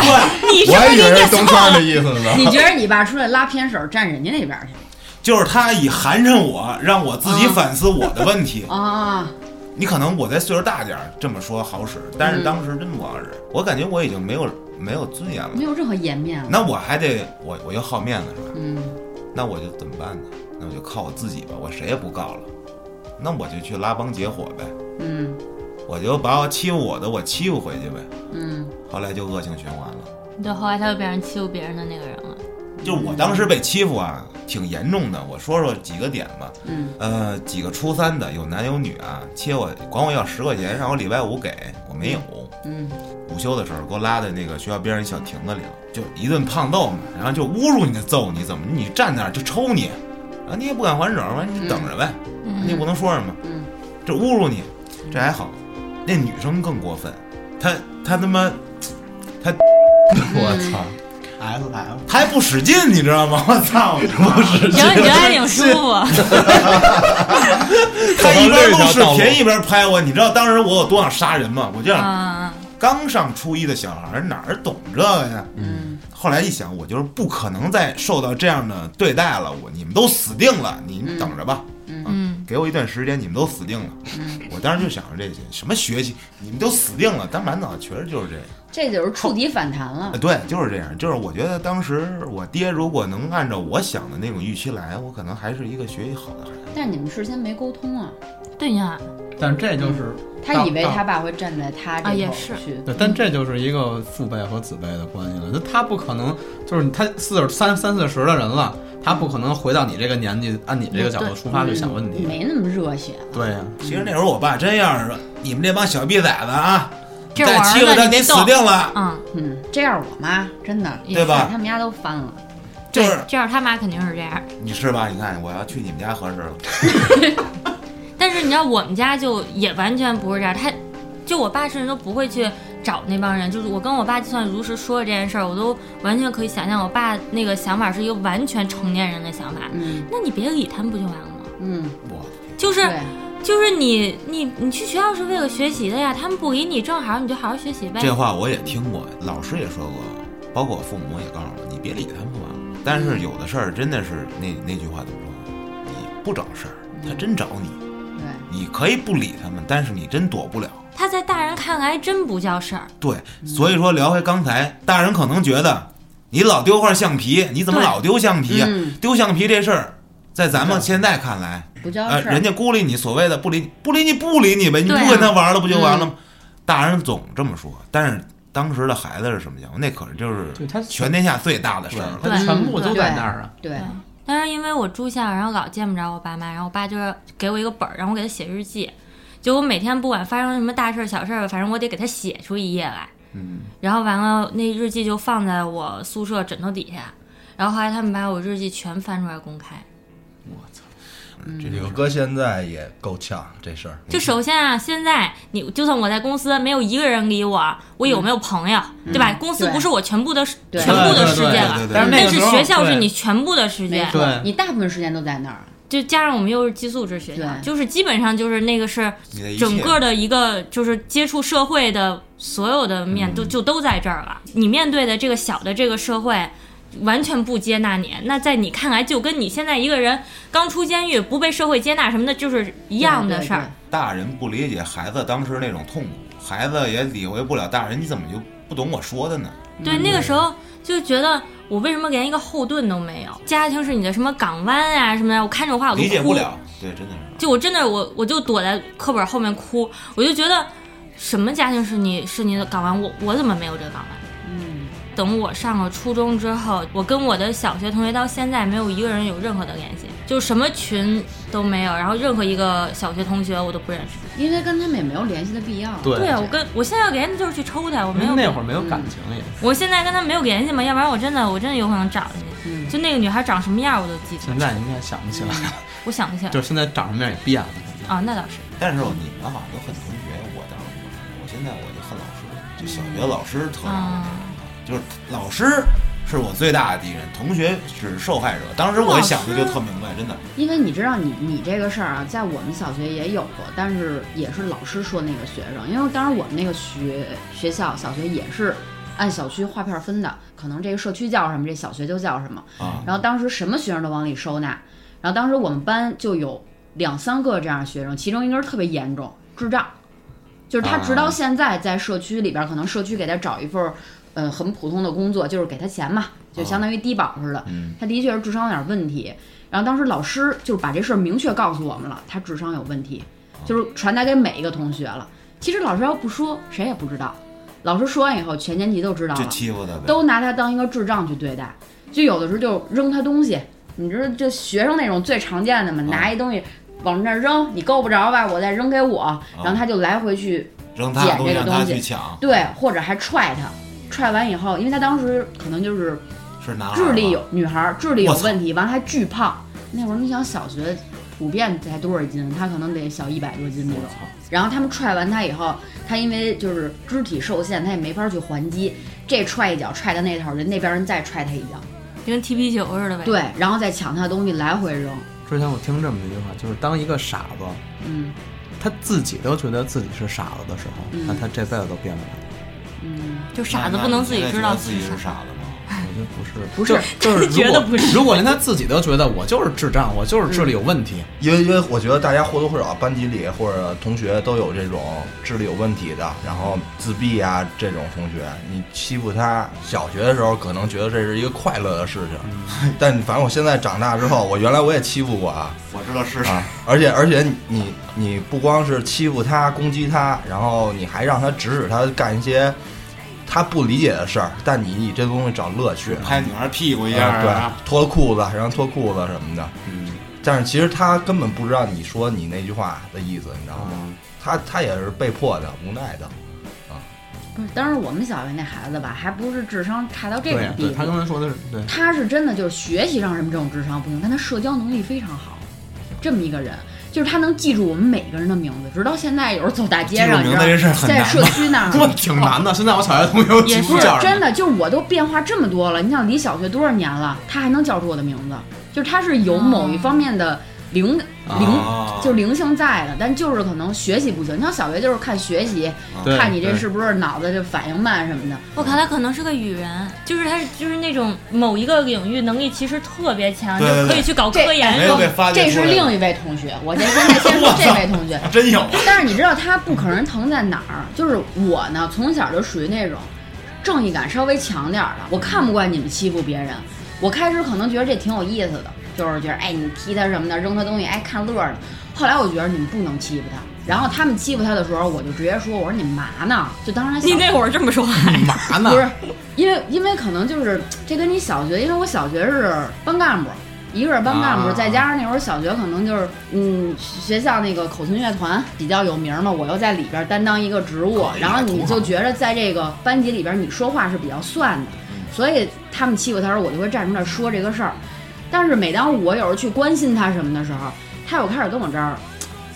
[SPEAKER 3] 你是
[SPEAKER 7] 我
[SPEAKER 3] 不
[SPEAKER 7] 还
[SPEAKER 3] 是
[SPEAKER 7] 以为
[SPEAKER 3] 也
[SPEAKER 7] 是东
[SPEAKER 3] 错
[SPEAKER 7] 川
[SPEAKER 3] 了
[SPEAKER 7] 的？意思呢。
[SPEAKER 4] 你觉得你爸出来拉偏手站人家那边去
[SPEAKER 5] 就是他以寒碜我，让我自己
[SPEAKER 3] 嗯
[SPEAKER 5] 反思我的问题。
[SPEAKER 4] 啊？
[SPEAKER 5] 你可能我在岁数大点儿这么说好使，但
[SPEAKER 3] 嗯
[SPEAKER 5] 是当时真不好使，我感觉我已经没有没有尊严了
[SPEAKER 4] 没。有任何颜面了。
[SPEAKER 5] 那我还得我我又好面子是吧？
[SPEAKER 4] 嗯，
[SPEAKER 5] 那我就怎么办呢？那我就靠我自己吧，我谁也不告了，那我就去拉帮结伙呗，
[SPEAKER 4] 嗯
[SPEAKER 5] 我就把我欺负我的我欺负回去呗。
[SPEAKER 4] 嗯
[SPEAKER 5] 后来就恶性循环了，
[SPEAKER 3] 对，后来他就变成欺负别人的那个人
[SPEAKER 5] *laughs*
[SPEAKER 3] 了。
[SPEAKER 5] 就我当时被欺负啊，挺严重的。我说说几个点吧，
[SPEAKER 4] 嗯，
[SPEAKER 5] 呃，几个初三的有男有女啊，切我管我要十块钱，让我礼拜五给我没有。
[SPEAKER 4] 嗯，
[SPEAKER 5] 午休的时候给我拉在那个学校边上一小亭子里了，就一顿胖揍嘛，然后就侮辱你、揍你，怎么你站那儿就抽你，然后你也不敢还手，完你就等着呗，你也不能说什么，
[SPEAKER 4] 嗯
[SPEAKER 5] 这侮辱你，这还好，那女生更过分，她她他妈
[SPEAKER 7] 我操！
[SPEAKER 6] S F，
[SPEAKER 5] 她还不使劲，你知道吗？我操， *laughs* 不使
[SPEAKER 3] 行，你觉得还挺舒服。
[SPEAKER 5] 她一边录视频一边拍我，你知道当时我有多想杀人吗？我就想
[SPEAKER 3] 嗯，
[SPEAKER 5] 刚上初一的小孩儿哪儿懂这个呀？
[SPEAKER 4] 嗯，
[SPEAKER 5] 后来一想，我就是不可能再受到这样的对待了，我你们都死定了，你们等着吧。嗯给我一段时间，你们都死定了。我当时就想着这些，什么学习，你们都死定了。当满脑确实就是这样，
[SPEAKER 4] 这就是触底反弹了
[SPEAKER 5] 呃。对，就是这样。就是我觉得当时我爹如果能按照我想的那种预期来，我可能还是一个学习好的孩子。
[SPEAKER 4] 但是你们事先没沟通啊，
[SPEAKER 3] 对呀，
[SPEAKER 6] 但是这就是
[SPEAKER 4] 他以为他爸会站在他
[SPEAKER 3] 啊
[SPEAKER 4] 这
[SPEAKER 3] 也
[SPEAKER 4] 头
[SPEAKER 3] 是
[SPEAKER 4] 去。
[SPEAKER 6] 对，但这就是一个父辈和子辈的关系了。那他不可能，就是他四十三三四十的人了，他不可能回到你这个年纪，按你这个角度出发去想问题。
[SPEAKER 4] 嗯没那么热血了。
[SPEAKER 6] 对呀、
[SPEAKER 5] 其实那会儿我爸真要是说，你们这帮小逼崽子啊，
[SPEAKER 3] 这
[SPEAKER 5] 再
[SPEAKER 3] 玩
[SPEAKER 5] 欺
[SPEAKER 3] 意
[SPEAKER 5] 负
[SPEAKER 3] 儿
[SPEAKER 5] 他，
[SPEAKER 3] 呢，
[SPEAKER 5] 你
[SPEAKER 3] 你
[SPEAKER 5] 死
[SPEAKER 3] 就
[SPEAKER 5] 定了。
[SPEAKER 3] 嗯，
[SPEAKER 4] 嗯，这样我妈真的，
[SPEAKER 3] 也
[SPEAKER 5] 对吧
[SPEAKER 4] 他们家都翻了。
[SPEAKER 5] 就是
[SPEAKER 3] 对这样，他妈肯定是这样。
[SPEAKER 5] 你是吧？你看我要去你们家合适
[SPEAKER 3] *laughs*
[SPEAKER 5] 了。
[SPEAKER 3] 但是你知道，我们家就也完全不是这样，他就我爸甚至都不会去找那帮人。就是我跟我爸就算如实说了这件事儿，我都完全可以想象，我爸那个想法是一个完全成年人的想法。
[SPEAKER 4] 嗯
[SPEAKER 3] 那你别理他们不就完了吗？
[SPEAKER 4] 嗯，
[SPEAKER 5] 我
[SPEAKER 3] 就是
[SPEAKER 4] 对，
[SPEAKER 3] 就是你你你去学校是为了学习的呀，他们不理你，正好你就好好学习呗。
[SPEAKER 5] 这话我也听过，老师也说过，包括我父母也告诉我，你别理他们就完了。但是有的事儿真的是那那句话怎么说？你不找事儿，他真找你。
[SPEAKER 4] 对，
[SPEAKER 5] 你可以不理他们，但是你真躲不了。
[SPEAKER 3] 他在大人看来还真不叫事儿。
[SPEAKER 5] 对，所以说聊回刚才，大人可能觉得你老丢块橡皮，你怎么
[SPEAKER 3] 对
[SPEAKER 5] 老丢橡皮呀、
[SPEAKER 4] 嗯
[SPEAKER 5] 丢橡皮这事儿，在咱们现在看来，
[SPEAKER 4] 不叫
[SPEAKER 5] 呃，
[SPEAKER 4] 事儿
[SPEAKER 5] 人。家孤立你，所谓的不理不理你不理你呗，你不
[SPEAKER 3] 对啊嗯
[SPEAKER 5] 跟他玩了不就完了吗？大人总这么说，但是当时的孩子是什么想法？那可就是
[SPEAKER 6] 对他
[SPEAKER 5] 全天下最大的事儿了。
[SPEAKER 6] 他全部都在那儿啊。
[SPEAKER 4] 对，
[SPEAKER 3] 但是因为我住校，然后老见不着我爸妈，然后我爸就是给我一个本儿，让我给他写日记。就我每天不管发生什么大事儿、小事儿吧，反正我得给他写出一页来。嗯。然后完了，那日记就放在我宿舍枕头底下。然后后来他们把我日记全翻出来公开。
[SPEAKER 5] 这
[SPEAKER 7] 有哥现在也够呛这事儿，
[SPEAKER 3] 就首先啊，现在你就算我在公司，没有一个人理我，我有没有朋友，对吧？公司
[SPEAKER 4] 对
[SPEAKER 3] 不是我全部的世
[SPEAKER 4] 对
[SPEAKER 3] 全部的世界
[SPEAKER 5] 嗯
[SPEAKER 3] 了，
[SPEAKER 5] 对对对
[SPEAKER 6] 但是那
[SPEAKER 3] 但
[SPEAKER 6] 个
[SPEAKER 3] 是
[SPEAKER 6] 时候
[SPEAKER 3] 学校是
[SPEAKER 6] 对
[SPEAKER 3] 你全部的世界
[SPEAKER 4] 没。错
[SPEAKER 6] 对
[SPEAKER 4] 你大部分时间都在那儿。
[SPEAKER 3] 就加上我们又是寄宿制学校，
[SPEAKER 4] 对
[SPEAKER 3] 就是基本上就是那个是
[SPEAKER 5] 你的一切
[SPEAKER 3] 整个的一个就是接触社会的所有的面
[SPEAKER 5] 嗯
[SPEAKER 3] 都就都在这儿了。你面对的这个小的这个社会。完全不接纳你，那在你看来就跟你现在一个人刚出监狱不被社会接纳什么的，就是一样的事儿。
[SPEAKER 5] 大人不理解孩子当时那种痛苦，孩子也理会不了大人，你怎么就不懂我说的呢？
[SPEAKER 3] 对，那个时候就觉得我为什么连一个后盾都没有？家庭是你的什么港湾啊什么的，我看着我话我都
[SPEAKER 5] 理解
[SPEAKER 3] 哭
[SPEAKER 5] 不了，对，真的是。
[SPEAKER 3] 就我真的我我就躲在课本后面哭，我就觉得什么家庭是你是你的港湾，我我怎么没有这个港湾？
[SPEAKER 4] 嗯，
[SPEAKER 3] 等我上了初中之后，我跟我的小学同学到现在没有一个人有任何的联系，就什么群都没有，然后任何一个小学同学我都不认识。
[SPEAKER 4] 因为跟他们也没有联系的必要。
[SPEAKER 6] 对
[SPEAKER 3] 对啊，我跟我现在联系就是去抽他，我没有
[SPEAKER 5] 嗯
[SPEAKER 6] 那会儿没有感情也，
[SPEAKER 3] 我现在跟他没有联系嘛，要不然我真的我真的有可能找去。
[SPEAKER 4] 嗯
[SPEAKER 3] 就那个女孩长什么样我都记得，
[SPEAKER 6] 现在应该想不起来，
[SPEAKER 3] 我想不起来
[SPEAKER 6] 就是现在长什么样也变了。
[SPEAKER 3] 啊，那倒是。
[SPEAKER 5] 但是你们好像都恨同学，我当时不恨，我现在我就恨老师，就小学老师特让
[SPEAKER 3] 嗯
[SPEAKER 5] 我这样，就是老师是我最大的敌人，同学是受害者。当时我想的就特明白，真的，
[SPEAKER 4] 因为你知道你，你这个事儿啊，在我们小学也有过，但是也是老师说那个学生，因为当时我们那个学学校小学也是按小区划片分的，可能这个社区叫什么，这小学就叫什么。
[SPEAKER 5] 啊
[SPEAKER 4] 然后当时什么学生都往里收纳，然后当时我们班就有两三个这样的学生，其中一个人特别严重，智障，就是他直到现在在社区里边儿，可能社区给他找一份儿。呃，很普通的工作就是给他钱嘛，就相当于低保似的。他的确是智商有点问题，然后当时老师就是把这事儿明确告诉我们了，他智商有问题，就是传达给每一个同学了。其实老师要不说，谁也不知道。老师说完以后，全年级都知道
[SPEAKER 5] 就
[SPEAKER 4] 了，
[SPEAKER 5] 欺负他呗。
[SPEAKER 4] 啊都拿他当一个智障去对待，就有的时候就扔他东西。你知道这学生那种最常见的
[SPEAKER 5] 啊
[SPEAKER 4] 嘛，拿一东西往那儿扔，你够不着吧，我再扔给
[SPEAKER 5] 啊
[SPEAKER 4] 我，然后他就来回去
[SPEAKER 5] 扔他的东西
[SPEAKER 4] 捡这个
[SPEAKER 5] 让他
[SPEAKER 4] 东西
[SPEAKER 5] 去抢，
[SPEAKER 4] 对，或者还踹他。踹完以后，因为他当时可能就是
[SPEAKER 5] 是男孩
[SPEAKER 4] 智力
[SPEAKER 5] 吧
[SPEAKER 4] 有女孩儿智力有
[SPEAKER 5] 啊我操
[SPEAKER 4] 问题，完了还巨胖。那会儿你想小学普遍才多少斤，她可能得小一百多斤那种。然后他们踹完她以后，她因为就是肢体受限，她也没法去还击。这踹一脚踹到那头儿去，那边人再踹她一脚，
[SPEAKER 3] 就跟踢皮球似的呗。，
[SPEAKER 4] 对，然后再抢她的东西来回扔。
[SPEAKER 6] 之前我听这么一句话，就是当一个傻子，
[SPEAKER 4] 嗯
[SPEAKER 6] 他自己都觉得自己是傻子的时候，那他这辈子都变不了。
[SPEAKER 4] 嗯，
[SPEAKER 3] 就
[SPEAKER 5] 那
[SPEAKER 3] 傻子不能自己知道
[SPEAKER 5] 那你现在觉得自己是
[SPEAKER 3] 傻。
[SPEAKER 5] 傻子吗？
[SPEAKER 6] 我觉得不是，
[SPEAKER 4] 不是 *laughs*
[SPEAKER 6] 就就是如
[SPEAKER 3] 觉
[SPEAKER 6] 果
[SPEAKER 3] 得不是
[SPEAKER 6] 如果连他自己都觉得我就是智障，我就是智力有问题，
[SPEAKER 4] 嗯
[SPEAKER 7] 因为因为我觉得大家或多或少班级里或者同学都有这种智力有问题的，然后自闭啊这种同学，你欺负他，小学的时候可能觉得这是一个快乐的事情，
[SPEAKER 5] 嗯
[SPEAKER 7] *laughs* 但反正我现在长大之后，我原来我也欺负过
[SPEAKER 5] *laughs*
[SPEAKER 7] 啊，
[SPEAKER 5] 我知道是
[SPEAKER 7] 啊，而且而且你你不光是欺负他、攻击他，然后你还让他指使他干一些他不理解的事儿，但你以这东西找乐趣，
[SPEAKER 5] 拍女孩屁股一样
[SPEAKER 7] 啊，
[SPEAKER 5] 啊，
[SPEAKER 7] 对，脱了裤子，然后脱裤子什么的。
[SPEAKER 5] 嗯，
[SPEAKER 7] 但是其实他根本不知道你说你那句话的意思，你知道吗？
[SPEAKER 5] 嗯
[SPEAKER 7] 他他也是被迫的、无奈的。
[SPEAKER 4] 不是。当时我们小学那孩子吧，还不是智商差到这种
[SPEAKER 6] 对
[SPEAKER 5] 啊
[SPEAKER 4] 地
[SPEAKER 6] 对，他刚
[SPEAKER 4] 步，
[SPEAKER 6] 才说的是
[SPEAKER 4] *laughs*
[SPEAKER 6] 对，
[SPEAKER 4] 他是真的就是学习上什么这种智商不行，但他社交能力非常好，这么一个人。就是他能记住我们每个人的名字，直到现在有时候走大街上，
[SPEAKER 5] 记
[SPEAKER 4] 你知
[SPEAKER 5] 住名
[SPEAKER 4] 道
[SPEAKER 5] 字这事儿很
[SPEAKER 4] 在
[SPEAKER 5] 难
[SPEAKER 4] 社区那儿，
[SPEAKER 6] 这挺难的。现在我小学同学我记
[SPEAKER 3] 也
[SPEAKER 6] 不
[SPEAKER 4] 不是
[SPEAKER 6] 叫什
[SPEAKER 4] 真
[SPEAKER 6] 么，
[SPEAKER 4] 的，就是我都变化这么多了。你想，离小学多少年了，他还能叫出我的名字，就是他是有某一方面的灵，
[SPEAKER 5] 啊
[SPEAKER 4] 灵就灵性在的，但就是可能学习不行。你像小学就是看学习，
[SPEAKER 6] 对
[SPEAKER 4] 看你这
[SPEAKER 6] 对
[SPEAKER 4] 是不是脑子这反应慢什么的。
[SPEAKER 3] 我看他可能是个雨人，就是他是就是那种某一个领域能力其实特别强，
[SPEAKER 5] 对对
[SPEAKER 3] 就可以去搞科研。
[SPEAKER 5] 没有被发
[SPEAKER 4] 这
[SPEAKER 5] 现
[SPEAKER 4] 是
[SPEAKER 5] 出来
[SPEAKER 4] 另一位同学，我先现在先说这位
[SPEAKER 5] *laughs*
[SPEAKER 4] 同学。
[SPEAKER 5] 真有
[SPEAKER 4] *laughs* 但是你知道他不可人疼在哪儿？就是我呢，从小就属于那种正义感稍微强点儿的，我看不惯你们欺负别人。我开始可能觉得这挺有意思的，就是觉得哎，你踢他什么的，扔他东西，哎，看乐儿呢。后来我觉得你们不能欺负他，然后他们欺负他的时候，我就直接说，我说你嘛呢？就当时还小
[SPEAKER 3] 你那会儿这么说话，
[SPEAKER 6] 嘛呢
[SPEAKER 4] 不？是，因为因为可能就是这跟你小学，因为我小学是班干部，一个是班干部，
[SPEAKER 6] 啊
[SPEAKER 4] 再加上那会儿小学可能就是嗯学校那个口琴乐团比较有名嘛，我又在里边担当一个职务，然后你就觉着在这个班级里边你说话是比较算的，所以他们欺负他的时候，我就会站出来说这个事儿。但是每当我有时候去关心他什么的时候，他又开始跟我这儿。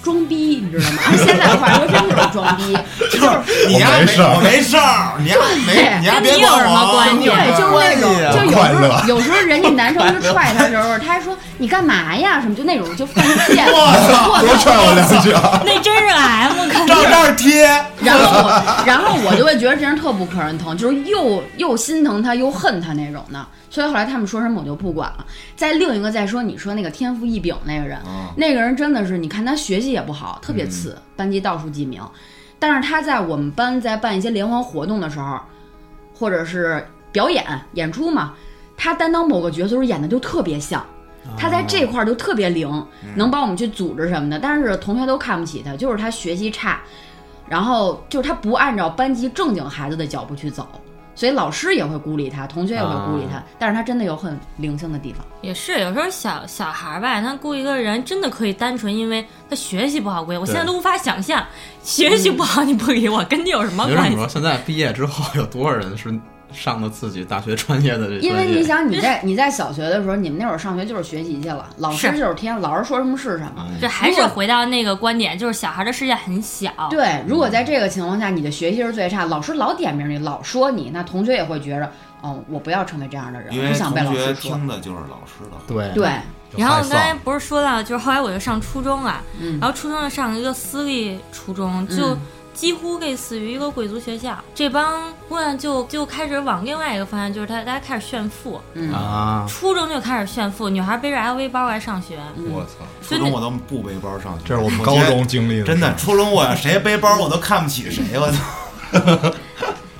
[SPEAKER 4] 装逼，你知道吗？按现在的话说，真就是装逼，就是
[SPEAKER 5] 你丫
[SPEAKER 9] 我没事儿
[SPEAKER 5] 我没事儿，你丫没，你丫别管我，
[SPEAKER 3] 跟你有什么关系
[SPEAKER 4] 对，哎就是那种，就有
[SPEAKER 9] 快
[SPEAKER 4] 时
[SPEAKER 9] 乐
[SPEAKER 4] 候有时候人家男生就踹他的时
[SPEAKER 9] *laughs*
[SPEAKER 4] 候，他还说你干嘛呀什么，就那种就啊犯贱。我
[SPEAKER 9] 多踹我两脚。
[SPEAKER 3] 那真是 M 可
[SPEAKER 5] 照这儿贴，
[SPEAKER 4] 然后我，然后我就会觉得这人特不可人疼，就是又又心疼他又恨他那种的。所以后来他们说什么我就不管了。再另一个再说，你说那个天赋异禀那个人，那个人真的是，你看他学习也不好，特别次，班级倒数几名。但是他在我们班在办一些联欢活动的时候，或者是表演演出嘛，他担当某个角色时候演的就特别像，他在这块儿就特别灵，能帮我们去组织什么的。但是同学都看不起他，就是他学习差，然后就是他不按照班级正经孩子的脚步去走，所以老师也会孤立他，同学也会孤立他。但是他真的有很灵性的地方，
[SPEAKER 3] 也是，有时候小小孩儿吧，他雇一个人真的可以单纯因为他学习不好归，我现在都无法想象学习不好你不理我，跟你有什么
[SPEAKER 6] 你就这
[SPEAKER 3] 关
[SPEAKER 6] 么
[SPEAKER 3] 系？
[SPEAKER 6] 说，现在毕业之后有多少人是上的自己大学专业的这专业？
[SPEAKER 4] 因为你想你在你在小学的时候，你们那会儿上学就是学习去了，老师
[SPEAKER 3] 是
[SPEAKER 4] 就是天，老师说什么是什么。
[SPEAKER 6] 哎
[SPEAKER 3] 这还是回到那个观点，就是小孩的世界很小。
[SPEAKER 4] 对，如果在这个情况下，你的学习是最差，老师老点名你，老说你，那同学也会觉着，哦，我不要成为这样的人，
[SPEAKER 5] 因
[SPEAKER 4] 不
[SPEAKER 5] 为
[SPEAKER 4] 想被老
[SPEAKER 5] 同
[SPEAKER 4] 师
[SPEAKER 5] 学
[SPEAKER 4] 说。
[SPEAKER 5] 听的就是老师的话。
[SPEAKER 8] 对
[SPEAKER 4] 对，
[SPEAKER 3] 然后
[SPEAKER 8] 太
[SPEAKER 3] 刚才
[SPEAKER 8] 丧
[SPEAKER 3] 不是说到，就是后来我就上初中了，
[SPEAKER 4] 嗯
[SPEAKER 3] 然后初中就上了一个私立初中，就
[SPEAKER 4] 嗯
[SPEAKER 3] 几乎类似于一个贵族学校。这帮姑娘就就开始往另外一个方向，就是她大家开始炫富，
[SPEAKER 4] 嗯，
[SPEAKER 6] 啊，
[SPEAKER 3] 初中就开始炫富，女孩背着 LV 包来上学，
[SPEAKER 4] 嗯
[SPEAKER 9] 我操，
[SPEAKER 3] 所
[SPEAKER 5] 初
[SPEAKER 3] 以
[SPEAKER 5] 中
[SPEAKER 3] 那
[SPEAKER 5] 我都不背包上学，
[SPEAKER 9] 这是我们
[SPEAKER 5] 觉
[SPEAKER 9] 高
[SPEAKER 5] 得
[SPEAKER 9] 中经历的，
[SPEAKER 5] 真的，初中我谁背包我都看不起谁，我操！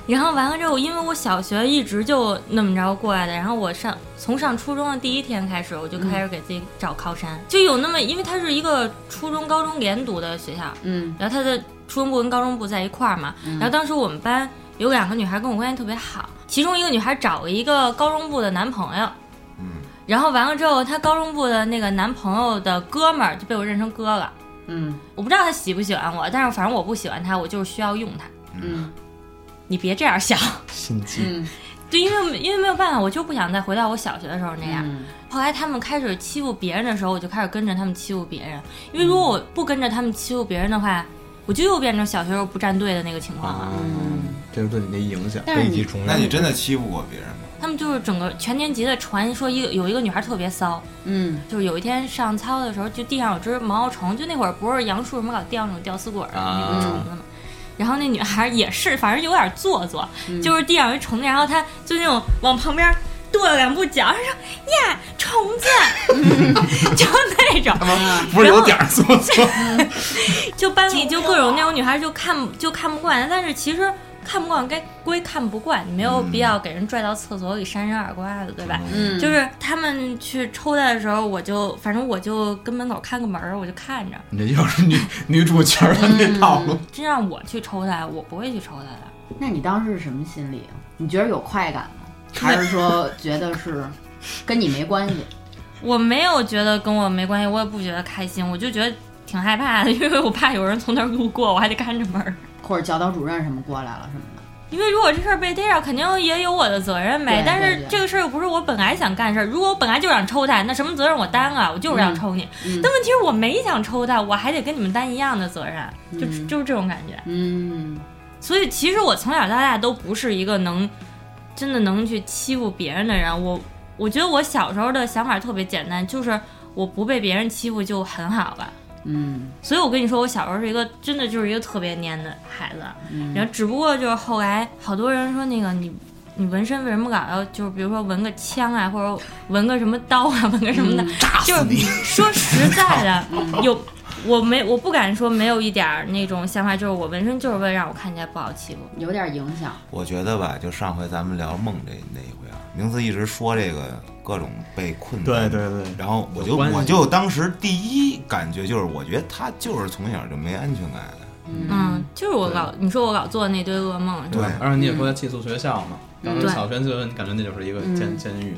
[SPEAKER 3] 然后完了之后，因为我小学一直就那么着过来的，然后我上从上初中的第一天开始，我就开始给自己找靠山，就有那么，因为它是一个初中高中连读的学校，
[SPEAKER 4] 嗯，
[SPEAKER 3] 然后他的初中部跟高中部在一块儿嘛，然后当时我们班有两个女孩跟我关系特别好，其中一个女孩找了一个高中部的男朋友，
[SPEAKER 5] 嗯，
[SPEAKER 3] 然后完了之后，她高中部的那个男朋友的哥们儿就被我认成哥了，
[SPEAKER 4] 嗯
[SPEAKER 3] 我不知道他喜不喜欢我，但是反正我不喜欢他，我就是需要用他，
[SPEAKER 4] 嗯
[SPEAKER 3] 你别这样想。
[SPEAKER 6] 心机
[SPEAKER 4] 嗯
[SPEAKER 3] 对，因为因为没有办法，我就不想再回到我小学的时候那样。
[SPEAKER 4] 嗯
[SPEAKER 3] 后来他们开始欺负别人的时候，我就开始跟着他们欺负别人，
[SPEAKER 4] 嗯
[SPEAKER 3] 因为如果我不跟着他们欺负别人的话，我就又变成小学时候不站队的那个情况了。
[SPEAKER 6] 啊，这对你的影响。
[SPEAKER 4] 但是
[SPEAKER 9] 危机
[SPEAKER 4] 你
[SPEAKER 9] 重
[SPEAKER 5] 嗯那你
[SPEAKER 9] 演。
[SPEAKER 5] 真的欺负过别人吗？
[SPEAKER 3] 他们就是整个全年级的传说一个有一个女孩特别骚，
[SPEAKER 4] 嗯
[SPEAKER 3] 就是有一天上操的时候，就地上有只毛毛虫，就那会儿不是杨树什么老掉那种吊死鬼儿
[SPEAKER 6] 啊
[SPEAKER 3] 那个虫子嘛。然后那女孩也是，反正有点做作，
[SPEAKER 6] 嗯
[SPEAKER 3] 就是地上有一虫子，然后她就那种往旁边跺了两步脚，她说：“呀，虫子！”
[SPEAKER 6] *laughs*
[SPEAKER 3] 就那种，
[SPEAKER 6] 不是有点儿做作，
[SPEAKER 3] *laughs* 就班里就各种那种女孩就看不就看不惯，但是其实看不惯该归看不惯，你没有
[SPEAKER 6] 嗯
[SPEAKER 3] 必要给人拽到厕所里扇人耳刮子，对吧？
[SPEAKER 4] 嗯，
[SPEAKER 3] 就是他们去抽他的时候，我就反正我就跟门口看个门儿，我就看着。
[SPEAKER 6] 你这又是女女主角的那套路。
[SPEAKER 3] 真让我去抽他，我不会去抽他的。
[SPEAKER 4] 那你当时是什么心理啊？你觉得有快感吗？还是说觉得是跟你没关系？
[SPEAKER 3] 我没有觉得跟我没关系，我也不觉得开心，我就觉得挺害怕的， *laughs* 因为我怕有人从那儿路过，我还得看着门儿。
[SPEAKER 4] 或者教导主任什么过来了什么的？
[SPEAKER 3] 因为如果这事儿被逮着，肯定也有我的责任呗
[SPEAKER 4] 对。
[SPEAKER 3] 但
[SPEAKER 4] 对
[SPEAKER 3] 是
[SPEAKER 4] 对
[SPEAKER 3] 这个事儿又不是我本来想干的事儿，如果我本来就想抽他，那什么责任我担啊？我就是想抽你。
[SPEAKER 4] 嗯
[SPEAKER 3] 但问题是我没想抽他，我还得跟你们担一样的责任，就
[SPEAKER 4] 嗯
[SPEAKER 3] 就是这种感觉。
[SPEAKER 4] 嗯
[SPEAKER 3] 所以其实我从小到大都不是一个能真的能去欺负别人的人。我我觉得我小时候的想法特别简单，就是我不被别人欺负就很好了。
[SPEAKER 4] 嗯
[SPEAKER 3] 所以我跟你说，我小时候是一个真的就是一个特别粘的孩子，然后只不过就是后来好多人说那个你。你纹身为什么老要就是比如说纹个枪啊，或者纹个什么刀啊， *laughs* 纹个什么的，就是说实在的， *laughs* 有我没我不敢说没有一点儿那种想法，就是我纹身就是为了让我看起来不好欺负。
[SPEAKER 4] 有点影响。
[SPEAKER 5] 我觉得吧，就上回咱们聊梦这那一回啊，名字一直说这个各种被困难，
[SPEAKER 6] 对对对
[SPEAKER 5] 然后我
[SPEAKER 6] 有
[SPEAKER 5] 就
[SPEAKER 6] 关系
[SPEAKER 5] 我就当时第一感觉就是，我觉得他就是从小就没安全感。
[SPEAKER 3] 嗯，就是我老你说我老做那堆噩梦，是吧
[SPEAKER 5] 对
[SPEAKER 6] 而且你也说寄宿学校嘛，
[SPEAKER 4] 嗯
[SPEAKER 6] 当时
[SPEAKER 3] 对
[SPEAKER 6] 小学就你感觉那就是一个监监狱，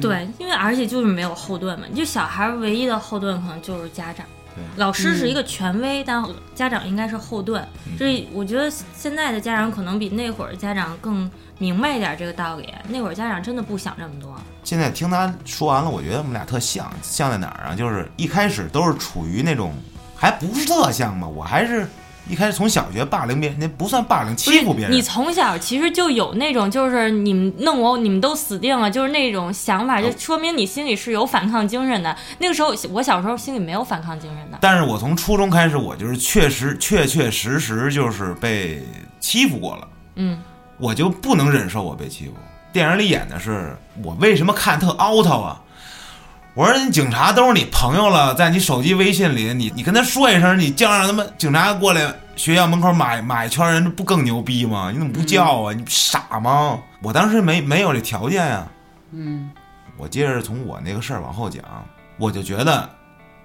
[SPEAKER 3] 对，因为而且就是没有后盾嘛，就小孩儿唯一的后盾可能就是家长
[SPEAKER 5] 对。
[SPEAKER 3] 老师是一个权威，但家长应该是后盾。
[SPEAKER 6] 嗯
[SPEAKER 3] 这我觉得现在的家长可能比那会儿家长更明白一点这个道理。那会儿家长真的不想这么多。
[SPEAKER 5] 现在听他说完了，我觉得我们俩特像，像在哪儿啊？就是一开始都是处于那种还不是特像吧，我还是一开始从小学霸凌别人，那不算霸凌，欺负别
[SPEAKER 3] 你
[SPEAKER 5] 人。
[SPEAKER 3] 从小其实就有那种，就是你们弄我，你们都死定了，就是那种想法，就
[SPEAKER 6] 哦
[SPEAKER 3] 说明你心里是有反抗精神的。那个时候我小时候心里没有反抗精神的。
[SPEAKER 5] 但是我从初中开始，我就是确实确确实实就是被欺负过了，
[SPEAKER 3] 嗯，
[SPEAKER 5] 我就不能忍受我被欺负。电影里演的是我为什么看特 out 啊？我说你警察都是你朋友了，在你手机微信里，你你跟他说一声，你叫上他们警察过来，学校门口买买一圈人，这不更牛逼吗？你怎么不叫
[SPEAKER 3] 嗯
[SPEAKER 5] 啊？你傻吗？我当时没没有这条件呀、
[SPEAKER 4] 嗯
[SPEAKER 5] 我接着从我那个事儿往后讲，我就觉得，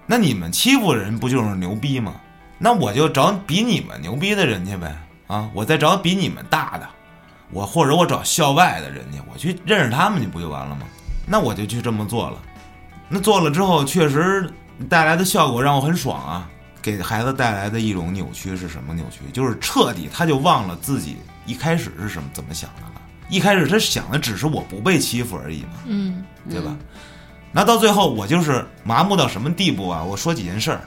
[SPEAKER 5] 那你们欺负人不就是牛逼吗？那我就找比你们牛逼的人去呗，啊，我再找比你们大的，我或者我找校外的人去，我去认识他们去不就完了吗？那我就去这么做了。那做了之后，确实带来的效果让我很爽啊。给孩子带来的一种扭曲是什么扭曲？就是彻底他就忘了自己一开始是什么怎么想的了。一开始他想的只是我不被欺负而已嘛。
[SPEAKER 3] 嗯，
[SPEAKER 5] 对吧？那到最后，我就是麻木到什么地步啊？我说几件事儿，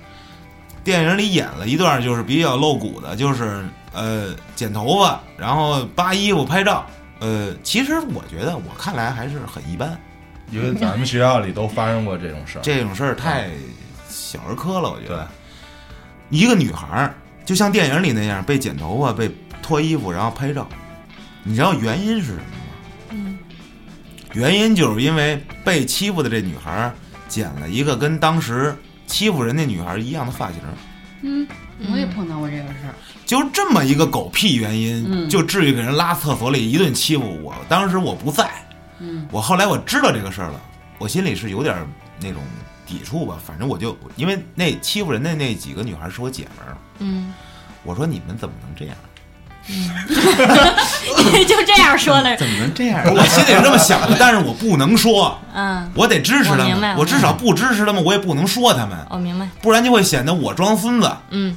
[SPEAKER 5] 电影里演了一段就是比较露骨的，就是呃剪头发，然后扒衣服拍照。呃，其实我觉得我看来还是很一般，
[SPEAKER 7] 因为咱们学校里都发生过这种事儿。
[SPEAKER 5] 这种事儿太小儿科了，我觉得。一个女孩儿就像电影里那样被剪头发、被脱衣服，然后拍照，你知道原因是什么吗？原因就是因为被欺负的这女孩儿剪了一个跟当时欺负人那女孩儿一样的发型，
[SPEAKER 4] 嗯，我也碰到过这个事儿。
[SPEAKER 5] 就这么一个狗屁原因，
[SPEAKER 4] 嗯
[SPEAKER 5] 就至于给人拉厕所里一顿欺负我？当时我不在，
[SPEAKER 4] 嗯
[SPEAKER 5] 我后来我知道这个事儿了，我心里是有点儿那种抵触吧。反正我就因为那欺负人的那几个女孩儿是我姐们儿，
[SPEAKER 3] 嗯，
[SPEAKER 5] 我说你们怎么能这样？
[SPEAKER 3] *laughs* 就这样说的。
[SPEAKER 6] 怎么能这样？
[SPEAKER 5] 我心里是这么想的，但是我不能说，
[SPEAKER 3] 嗯，
[SPEAKER 5] 我得支持他
[SPEAKER 3] 我明
[SPEAKER 5] 们
[SPEAKER 3] 白，
[SPEAKER 5] 我至少不支持他们，我也不能说他们，
[SPEAKER 3] 我哦明白。
[SPEAKER 5] 不然就会显得我装孙子。
[SPEAKER 3] 嗯。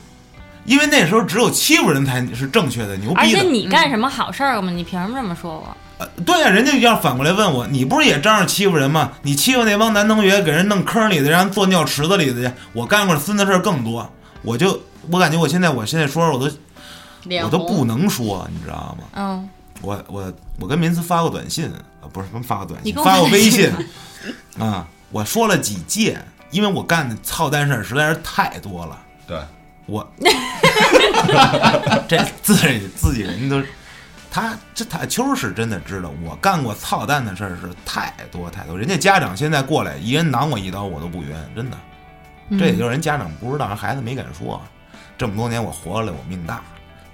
[SPEAKER 5] 因为那时候只有欺负人才是正确的、牛
[SPEAKER 3] 而
[SPEAKER 5] 逼
[SPEAKER 3] 且
[SPEAKER 5] 的。嗯
[SPEAKER 3] 你干什么好事儿了吗？你凭什么这么说我？
[SPEAKER 5] 呃对呀、人家要反过来问我，你不是也仗着欺负人吗？你欺负那帮男同学，给人弄坑里的，让人坐尿池子里的去。我干过孙子事儿更多，我就我感觉我现在我现在说说我都
[SPEAKER 4] 脸
[SPEAKER 5] 我
[SPEAKER 4] 红
[SPEAKER 5] 都不能说，你知道吗？
[SPEAKER 3] 嗯，
[SPEAKER 5] 我我我跟民思发过短信，呃，不是不是发过短
[SPEAKER 3] 你
[SPEAKER 5] 信，
[SPEAKER 3] 跟我
[SPEAKER 5] 发过微信
[SPEAKER 3] 发短
[SPEAKER 5] 啊，我说了几届，因为我干的操蛋事儿实在是太多了，
[SPEAKER 7] 对，
[SPEAKER 5] 我 *laughs* 这自己自己人都，他这他秋是真的知道我干过操蛋的事儿是太多太多，人家家长现在过来一人挡我一刀我都不冤，真的，这也就是人家长不知道，人孩子没敢说，这么多年我活下来我命大。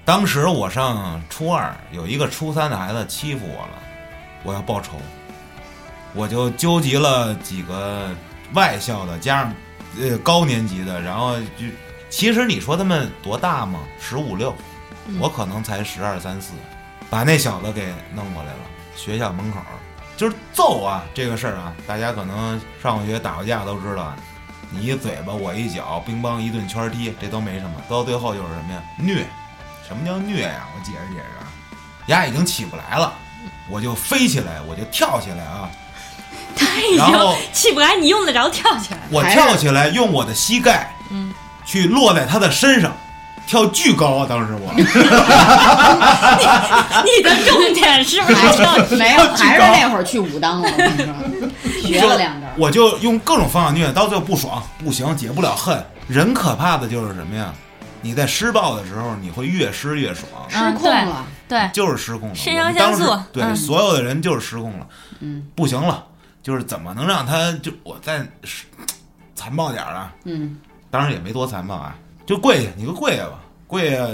[SPEAKER 5] 当时我上初二，有一个初三的孩子欺负我了，我要报仇，我就纠集了几个外校的，加上呃高年级的，然后就其实你说他们多大吗？十五六，我可能才十二三四，把那小子给弄过来了，学校门口就是揍啊！这个事儿啊，大家可能上过学打过架都知道啊，你一嘴巴我一脚，乒乓一顿圈踢，这都没什么。到最后就是什么呀？虐！什么叫虐呀、我解释解释啊，丫已经起不来了，我就飞起来，我就跳起来啊！
[SPEAKER 3] 他已
[SPEAKER 5] 然
[SPEAKER 3] 经
[SPEAKER 5] 后
[SPEAKER 3] 哎起不来，你用 *laughs* 得着跳起来？
[SPEAKER 5] 我跳起来，用我的膝盖，
[SPEAKER 3] 嗯，
[SPEAKER 5] 去落在他的身上，跳巨高，啊当时我
[SPEAKER 3] 你的重点是
[SPEAKER 5] *laughs*
[SPEAKER 3] 不是跳
[SPEAKER 4] 没有，还是那会儿去武当了，我跟你
[SPEAKER 5] *laughs*
[SPEAKER 4] 说，学了两招。
[SPEAKER 5] 我就用各种方法虐，到最后不爽，不行，解不了恨。人可怕的就是什么呀？你在施暴的时候，你会越施越爽，
[SPEAKER 4] 失控了，
[SPEAKER 3] 嗯对，
[SPEAKER 5] 就是失控了。
[SPEAKER 3] 肾
[SPEAKER 5] 我
[SPEAKER 3] 上
[SPEAKER 5] 们
[SPEAKER 3] 腺
[SPEAKER 5] 当时
[SPEAKER 3] 素
[SPEAKER 5] 对、
[SPEAKER 3] 嗯
[SPEAKER 5] 所有的人就是失控了，
[SPEAKER 4] 嗯，
[SPEAKER 5] 不行了，就是怎么能让他就我再是残暴点儿啊？
[SPEAKER 4] 嗯，
[SPEAKER 5] 当然也没多残暴啊，就跪下，你就跪下吧，跪下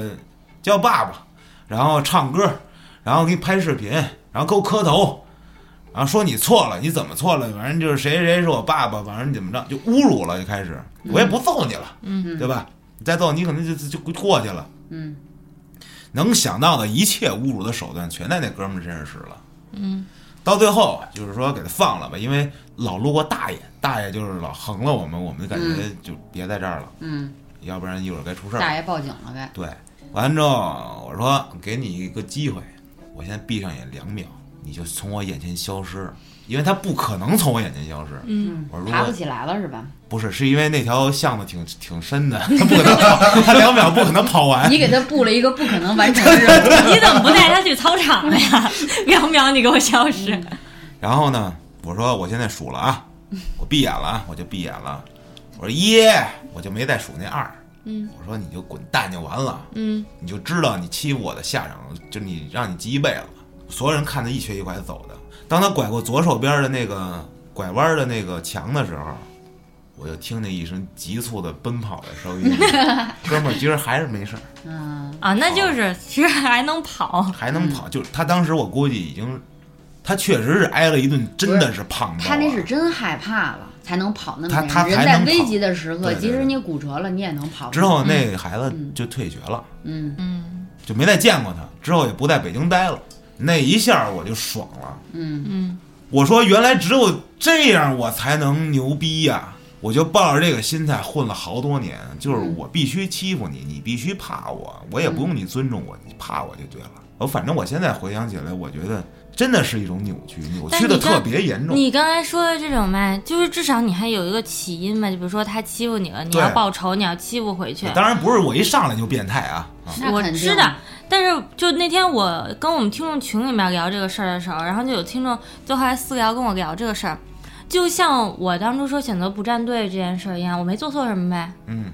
[SPEAKER 5] 叫爸爸，然后唱歌，然后给你拍视频，然后给我磕头，然后说你错了，你怎么错了？反正就是谁谁谁是我爸爸，反正怎么着就侮辱了，就开始我也不揍你了，嗯，对吧？你再揍你可能就就就过去了，
[SPEAKER 4] 嗯，
[SPEAKER 5] 能想到的一切侮辱的手段全在那哥们儿身上使了，嗯，到最后就是说给他放了吧，因为老路过大爷，大爷就是老横了我们，我们就感觉就别在这儿了，
[SPEAKER 4] 嗯，
[SPEAKER 5] 要不然一会儿该出事儿了。
[SPEAKER 4] 大爷报警了呗，
[SPEAKER 5] 对，完之后我说给你一个机会，我先闭上眼两秒，你就从我眼前消失，因为他不可能从我眼前消失。嗯，我说如
[SPEAKER 4] 爬
[SPEAKER 5] 果
[SPEAKER 4] 不起来了是吧？
[SPEAKER 5] 不是，是因为那条巷子挺挺深的， *laughs* 他不可能跑，他两秒不可能跑完
[SPEAKER 4] 你。给他布了一个不可能完成的任
[SPEAKER 5] *laughs*
[SPEAKER 4] 务，
[SPEAKER 3] 你怎么不带他去操场了呀？ *laughs* 淼淼，你给我消失！
[SPEAKER 5] 然后呢，我说我现在数了啊，我闭眼了啊，我就闭眼了。我说一，我就没再数那二。嗯，我说你就滚蛋就完了。
[SPEAKER 3] 嗯，
[SPEAKER 5] 你就知道你欺负我的下场，就你让你记一辈子。所有人看他一瘸一拐走的。当他拐过左手边的那个拐弯的那个墙的时候，我就听见一声急促的奔跑的声音。哥们儿，其实还是没事儿，
[SPEAKER 4] 嗯，
[SPEAKER 3] 啊，那就是其实还能跑，
[SPEAKER 5] 还能跑。就是他当时我估计已经，他确实是挨了一顿，真的是胖到、啊。
[SPEAKER 4] 他那是真害怕了才能跑那么远
[SPEAKER 5] 他他
[SPEAKER 4] 人
[SPEAKER 5] 才
[SPEAKER 4] 在
[SPEAKER 5] 能
[SPEAKER 4] 危
[SPEAKER 5] 跑
[SPEAKER 4] 急的时刻，
[SPEAKER 5] 对对
[SPEAKER 4] 即使
[SPEAKER 5] 对
[SPEAKER 4] 你骨折了，你也能跑。
[SPEAKER 5] 之，后那个孩子就退学了，
[SPEAKER 4] 嗯
[SPEAKER 3] 嗯
[SPEAKER 5] 就没再见过他，之后也不在北京待了。那一下我就爽了，
[SPEAKER 4] 嗯，
[SPEAKER 3] 嗯，
[SPEAKER 5] 我说原来只有这样我才能牛逼呀、我就抱着这个心态混了好多年，就是我必须欺负你，你必须怕我，我也不用你尊重我，你怕我就对了。我反正我现在回想起来，我觉得真的是一种扭曲，扭曲的
[SPEAKER 3] 但你看
[SPEAKER 5] 特别严重。
[SPEAKER 3] 你刚才说的这种吧，就是至少你还有一个起因吧，就比如说他欺负你了，你
[SPEAKER 5] 对
[SPEAKER 3] 要报仇，你要欺负回去。
[SPEAKER 5] 当然不是我一上来就变态啊，啊
[SPEAKER 4] 那
[SPEAKER 3] 我
[SPEAKER 4] 肯定
[SPEAKER 3] 知道，但是就那天我跟我们听众群里面聊这个事儿的时候，然后就有听众就后来私聊跟我聊这个事儿，就像我当初说选择不站队这件事儿一样，我没做错什么呗。
[SPEAKER 5] 嗯，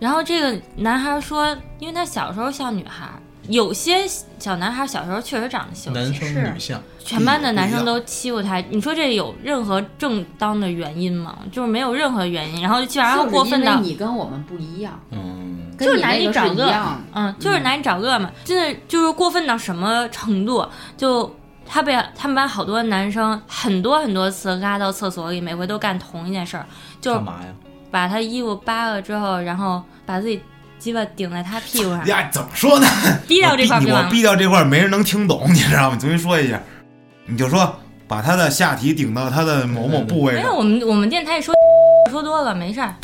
[SPEAKER 3] 然后这个男孩说，因为他小时候像女孩儿，有些小男孩儿小时候确实长得羞
[SPEAKER 6] 男
[SPEAKER 3] 怯，
[SPEAKER 6] 生
[SPEAKER 4] 是
[SPEAKER 6] 女相，
[SPEAKER 3] 全班的男生都欺负他，你说这有任何正当的原因吗？就是没有任何原因，然后就基本上过
[SPEAKER 4] 就是
[SPEAKER 3] 分
[SPEAKER 4] 因为
[SPEAKER 3] 到。
[SPEAKER 4] 你跟我们不一样，
[SPEAKER 6] 嗯，
[SPEAKER 4] 跟
[SPEAKER 3] 就是
[SPEAKER 4] 你
[SPEAKER 3] 拿
[SPEAKER 4] 那
[SPEAKER 3] 你
[SPEAKER 4] 个
[SPEAKER 3] 找
[SPEAKER 4] 是一
[SPEAKER 3] 乐
[SPEAKER 4] 样的。
[SPEAKER 3] 嗯，就是拿你找乐嘛，真的就是过分到什么程度，就他被他们班好多男生很多很多次拉到厕所里，每回都干同一件事儿，就是
[SPEAKER 6] 干嘛呀？
[SPEAKER 3] 把他衣服扒了之后，然后把自己鸡巴顶在他屁股上，
[SPEAKER 5] 呀，怎么说呢？
[SPEAKER 3] 逼到这块儿
[SPEAKER 5] 我
[SPEAKER 3] 不
[SPEAKER 5] 逼
[SPEAKER 3] 就
[SPEAKER 5] 我
[SPEAKER 3] 完了
[SPEAKER 5] 逼掉这块儿没人能听懂，你知道吗？重新说一下，你就说把他的下体顶到他的某某部位
[SPEAKER 3] 没有，
[SPEAKER 5] 上，
[SPEAKER 3] 我们我们电台也说说多了，没事儿。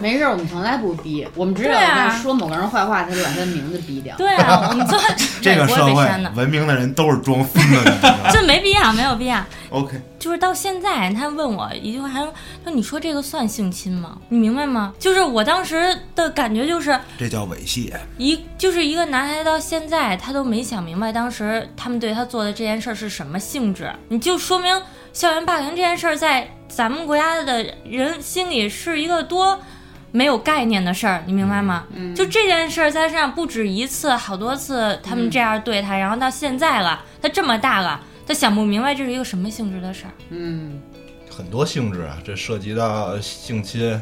[SPEAKER 4] 没事儿，我们从来不逼，我们只有
[SPEAKER 3] 对啊
[SPEAKER 4] 在说某个人坏话，他就把他的名字逼
[SPEAKER 5] *laughs*
[SPEAKER 4] 掉。
[SPEAKER 3] 对啊，我们做
[SPEAKER 5] 这个
[SPEAKER 3] 不
[SPEAKER 5] 社
[SPEAKER 3] 会被
[SPEAKER 5] 会
[SPEAKER 3] 删的，
[SPEAKER 5] 文明的人都是装疯的你知道吗
[SPEAKER 3] 这没必要，没有必要。
[SPEAKER 5] ，OK，
[SPEAKER 3] 就是到现在，他问我一句话，他说：“他说你说这个算性侵吗？你明白吗？”就是我当时的感觉就是
[SPEAKER 5] 这叫猥亵。
[SPEAKER 3] 一就是一个男孩子到现在他都没想明白，当时他们对他做的这件事儿是什么性质。你就说明校园霸凌这件事儿在咱们国家的人心里是一个多没有概念的事儿，你明白吗？就这件事儿在他身上不止一次，好多次他们这样对他，然后到现在了，他这么大了，他想不明白这是一个什么性质的事儿。
[SPEAKER 4] 嗯，
[SPEAKER 7] 很多性质啊，这涉及到性侵，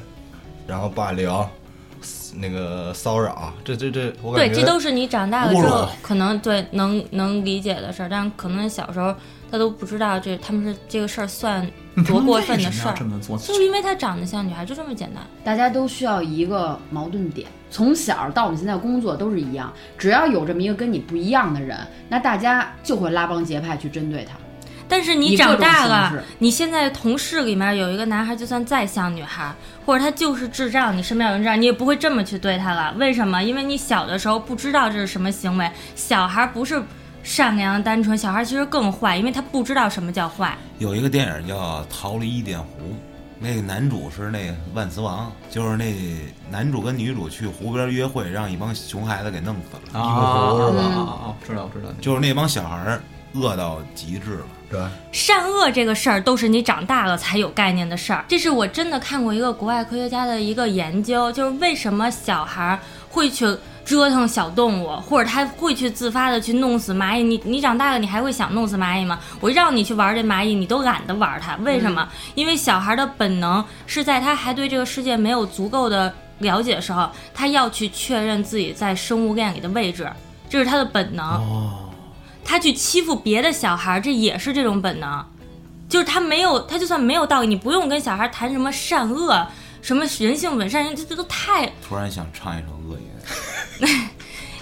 [SPEAKER 7] 然后霸凌，那个骚扰，这这这，我
[SPEAKER 3] 对，
[SPEAKER 7] 感觉
[SPEAKER 3] 这都是你长大了
[SPEAKER 5] 侮
[SPEAKER 3] 之
[SPEAKER 5] 辱
[SPEAKER 3] 后可能对能能理解的事儿，但可能小时候他都不知道这他们是这个事儿算
[SPEAKER 6] *laughs*
[SPEAKER 3] 多过分的事
[SPEAKER 6] 为什么要
[SPEAKER 3] 儿
[SPEAKER 6] 这，么做，
[SPEAKER 3] 就是因为他长得像女孩，就这么简单。
[SPEAKER 4] 大家都需要一个矛盾点。从小到我们现在工作都是一样，只要有这么一个跟你不一样的人，那大家就会拉帮结派去针对他。
[SPEAKER 3] 但是你
[SPEAKER 4] 以各
[SPEAKER 3] 长
[SPEAKER 4] 种
[SPEAKER 3] 大
[SPEAKER 4] 形
[SPEAKER 3] 了
[SPEAKER 4] 式，
[SPEAKER 3] 你现在同事里面有一个男孩，就算再像女孩，或者他就是智障，你身边有人这样，你也不会这么去对他了。为什么？因为你小的时候不知道这是什么行为，小孩不是善良单纯，小孩其实更坏，因为他不知道什么叫坏。
[SPEAKER 5] 有一个电影叫《逃离伊甸湖》，那个男主是那个万磁王，就是那男主跟女主去湖边约会，让一帮熊孩子给弄死了，
[SPEAKER 4] 嗯
[SPEAKER 6] 啊啊啊啊！知道知道，
[SPEAKER 5] 就是那帮小孩儿饿到极致了。
[SPEAKER 7] 对，
[SPEAKER 3] 善恶这个事儿都是你长大了才有概念的事儿。这是我真的看过一个国外科学家的一个研究，就是为什么小孩儿会去折腾小动物，或者他会去自发的去弄死蚂蚁。你你长大了，你还会想弄死蚂蚁吗？我让你去玩这蚂蚁，你都懒得玩它，为什么？因为小孩的本能是在他还对这个世界没有足够的了解的时候，他要去确认自己在生物链里的位置，这是他的本能。他去欺负别的小孩儿，这也是这种本能，就是他没有，他就算没有道理，你不用跟小孩谈什么善恶，什么人性本善，这这都太，
[SPEAKER 5] 突然想唱一首《恶爷》，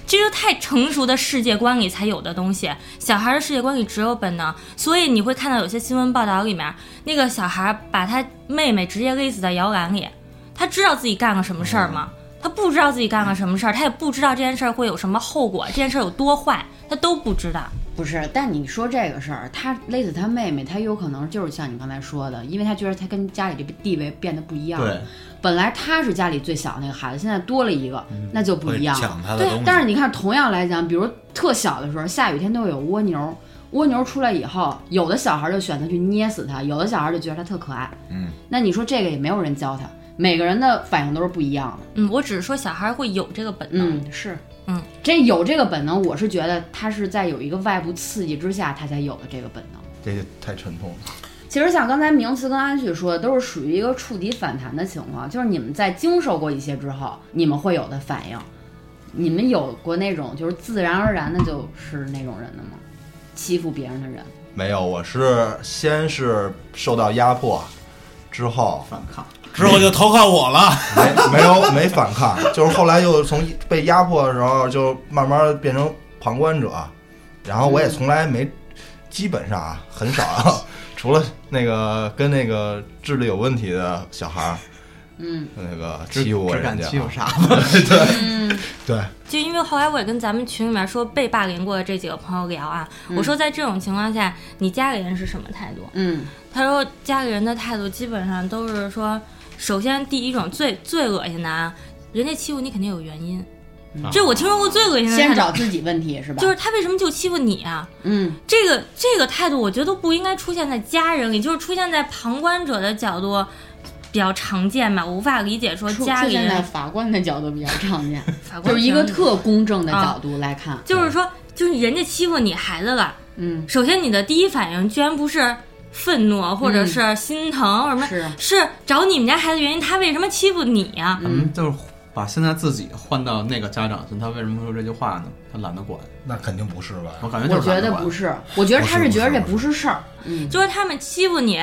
[SPEAKER 3] 这就太成熟的世界观里才有的东西。小孩儿的世界观里只有本能，所以你会看到有些新闻报道里面，那个小孩儿把他妹妹直接勒死在摇篮里，他知道自己干了什么事儿吗？他不知道自己干了什么事儿，他也不知道这件事儿会有什么后果，这件事儿有多坏，他都不知道。
[SPEAKER 4] 不是，但你说这个事儿，他勒死他妹妹，他有可能就是像你刚才说的，因为他觉得他跟家里这个地位变得不一样了。
[SPEAKER 6] 对，
[SPEAKER 4] 本来他是家里最小那个孩子，现在多了一个，那就不
[SPEAKER 5] 嗯会
[SPEAKER 4] 一样了。
[SPEAKER 5] 抢他的
[SPEAKER 4] 对
[SPEAKER 5] 东，西。
[SPEAKER 4] 但是你看，同样来讲，比如特小的时候，下雨天都会有蜗牛，蜗牛出来以后，有的小孩就选择去捏死它，有的小孩就觉得它特可爱。
[SPEAKER 5] 嗯，
[SPEAKER 4] 那你说这个也没有人教他，每个人的反应都是不一样的。
[SPEAKER 3] 嗯，我只是说小孩儿会有这个本能。
[SPEAKER 4] 嗯，是，
[SPEAKER 3] 嗯，
[SPEAKER 4] 这有这个本能，我是觉得他是在有一个外部刺激之下，他才有的这个本能。
[SPEAKER 7] 这个太沉痛了。
[SPEAKER 4] 其实像刚才名词跟安旭说的，都是属于一个触底反弹的情况，就是你们在经受过一些之后，你们会有的反应。你们有过那种就是自然而然的就是那种人的吗？欺负别人的人？
[SPEAKER 7] 没有，我是先是受到压迫，之后
[SPEAKER 6] 反抗。
[SPEAKER 5] 之后就投靠我了。
[SPEAKER 7] 没没有没反抗，就是后来又从被压迫的时候，就慢慢变成旁观者，然后我也从来没，基本上啊很少啊，除了那个跟那个智力有问题的小孩儿，
[SPEAKER 4] 嗯，
[SPEAKER 7] 那个
[SPEAKER 6] 只
[SPEAKER 7] 欺负我
[SPEAKER 6] 只
[SPEAKER 7] 人
[SPEAKER 6] 敢
[SPEAKER 7] 家啊，
[SPEAKER 6] 欺负傻子。
[SPEAKER 7] 对，
[SPEAKER 3] 就因为后来我也跟咱们群里面说被霸凌过的这几个朋友聊啊，我说在这种情况下，你家里人是什么态度？
[SPEAKER 4] 嗯，
[SPEAKER 3] 他说家里人的态度基本上都是说，首先第一种最最恶心的啊，人家欺负你肯定有原因，这是我听说过最恶心的态
[SPEAKER 4] 先
[SPEAKER 3] 度，
[SPEAKER 4] 找自己问题是吧？
[SPEAKER 3] 就是他为什么就欺负你啊？
[SPEAKER 4] 嗯，
[SPEAKER 3] 这个这个态度，我觉得都不应该出现在家人里，就是出现在旁观者的角度比较常见吧。我无法理解说
[SPEAKER 4] 出
[SPEAKER 3] 家
[SPEAKER 4] 出
[SPEAKER 3] 里
[SPEAKER 4] 现在
[SPEAKER 3] 人
[SPEAKER 4] 法官的角度比较常见，
[SPEAKER 3] 法官
[SPEAKER 4] 就是一个
[SPEAKER 3] 庭
[SPEAKER 4] 特公正的
[SPEAKER 3] 啊
[SPEAKER 4] 角度来看。
[SPEAKER 3] 就是说，就是人家欺负你孩子了，
[SPEAKER 4] 嗯，
[SPEAKER 3] 首先你的第一反应居然不是愤怒或
[SPEAKER 5] 嗯
[SPEAKER 3] 者是心疼什么，
[SPEAKER 4] 是
[SPEAKER 3] 是找你们家孩子原因，他为什么欺负你啊呀、
[SPEAKER 6] 咱
[SPEAKER 4] 嗯
[SPEAKER 6] *laughs* 们嗯就是把现在自己换到那个家长身上，他为什么会说这句话呢？他懒得管。
[SPEAKER 7] 那肯定不是吧？
[SPEAKER 6] 我感觉
[SPEAKER 4] 我
[SPEAKER 6] 就是
[SPEAKER 4] 觉
[SPEAKER 6] 懒
[SPEAKER 4] 得
[SPEAKER 6] 管
[SPEAKER 4] 不。是，我觉得他
[SPEAKER 7] 不
[SPEAKER 4] 是觉
[SPEAKER 7] 是
[SPEAKER 4] 得
[SPEAKER 7] 不
[SPEAKER 4] 这
[SPEAKER 7] 是
[SPEAKER 4] 不是事儿。嗯，
[SPEAKER 3] 就是他们欺负你，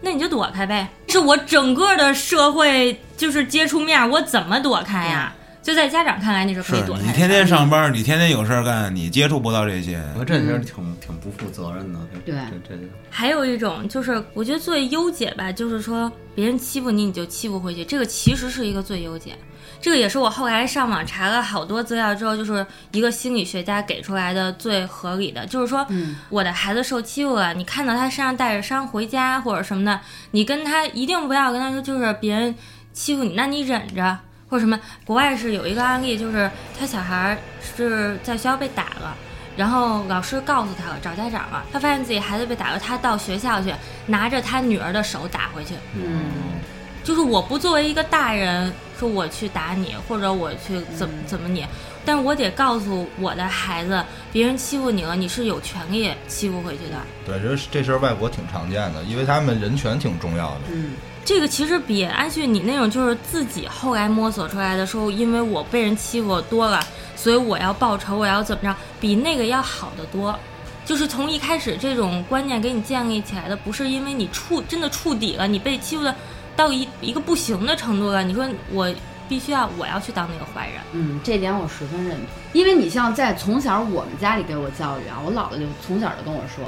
[SPEAKER 3] 那你就躲开呗。是我整个的社会就是接触面，我怎么躲开呀、就在家长看来，那是可以
[SPEAKER 5] 嗯是
[SPEAKER 3] 躲开的。
[SPEAKER 5] 你天天上班，你天天有事儿干，你接触不到这些。
[SPEAKER 6] 我觉得这人挺、挺不负责任的。
[SPEAKER 4] 嗯对
[SPEAKER 6] 这这
[SPEAKER 3] 还有一种就是，我觉得最优解吧，就是说别人欺负你，你就欺负回去，这个其实是一个最优解。这个也是我后来上网查了好多资料之后，就是一个心理学家给出来的最合理的，就是说，
[SPEAKER 4] 嗯
[SPEAKER 3] 我的孩子受欺负了，你看到他身上带着伤回家或者什么的，你跟他一定不要跟他说，就是别人欺负你，那你忍着或者什么。国外是有一个案例，就是他小孩儿是在学校被打了。然后老师告诉他了，找家长了。他发现自己孩子被打了，他到学校去拿着他女儿的手打回去。
[SPEAKER 4] 嗯
[SPEAKER 3] 就是我不作为一个大人说我去打你，或者我去怎么怎么你，但是我得告诉我的孩子，别人欺负你了，你是有权利欺负回去的。
[SPEAKER 7] 对，这这事儿外国挺常见的，因为他们人权挺重要的。
[SPEAKER 4] 嗯，
[SPEAKER 3] 这个其实比安旭你那种就是自己后来摸索出来的说，因为我被人欺负多了，所以我要报仇，我要怎么着，比那个要好得多。就是从一开始这种观念给你建立起来的，不是因为你触真的触底了，你被欺负的到一一个不行的程度了，你说我必须要我要去当那个坏人。
[SPEAKER 4] 嗯，这点我十分认同，因为你像在从小我们家里给我教育啊，我姥姥就从小就跟我说，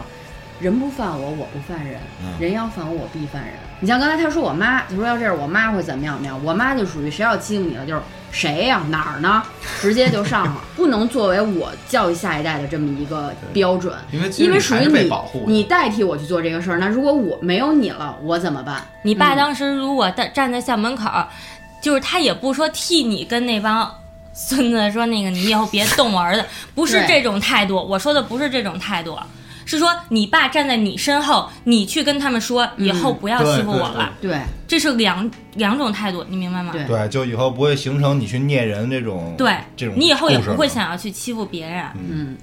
[SPEAKER 4] 人不犯我，我不犯人，
[SPEAKER 6] 嗯
[SPEAKER 4] 人要犯我，我必犯人。你像刚才他说我妈，他说要这是我妈会怎么样怎么样，我妈就属于谁要欺负你了，就是谁呀、哪儿呢？直接就上了， *laughs* 不能作为我教育下一代的这么一个标准，
[SPEAKER 6] 因为其实
[SPEAKER 4] 因为
[SPEAKER 6] 你
[SPEAKER 4] 属
[SPEAKER 6] 还
[SPEAKER 4] 于
[SPEAKER 6] 是被
[SPEAKER 4] 你
[SPEAKER 6] 保护的
[SPEAKER 4] 你代替我去做这个事儿，那如果我没有你了，我怎么办？
[SPEAKER 3] 你爸当时如果站站在校门口儿，就是他也不说替你跟那帮孙子说那个你以后别动我儿
[SPEAKER 4] *laughs*
[SPEAKER 3] 子，不是
[SPEAKER 4] 对
[SPEAKER 3] 这种态度。我说的不是这种态度，是说你爸站在你身后，你去跟他们说以后不要
[SPEAKER 6] 对
[SPEAKER 3] 欺负
[SPEAKER 6] 对
[SPEAKER 3] 我了，
[SPEAKER 4] 嗯对
[SPEAKER 3] 这是两两种态度，你明白吗？
[SPEAKER 4] 对
[SPEAKER 7] 对，就以后不会形成你去虐人这种
[SPEAKER 3] 哎对
[SPEAKER 7] 这种，
[SPEAKER 3] 你以后也
[SPEAKER 7] 故事
[SPEAKER 3] 不会
[SPEAKER 7] 了
[SPEAKER 3] 想要去欺负别人。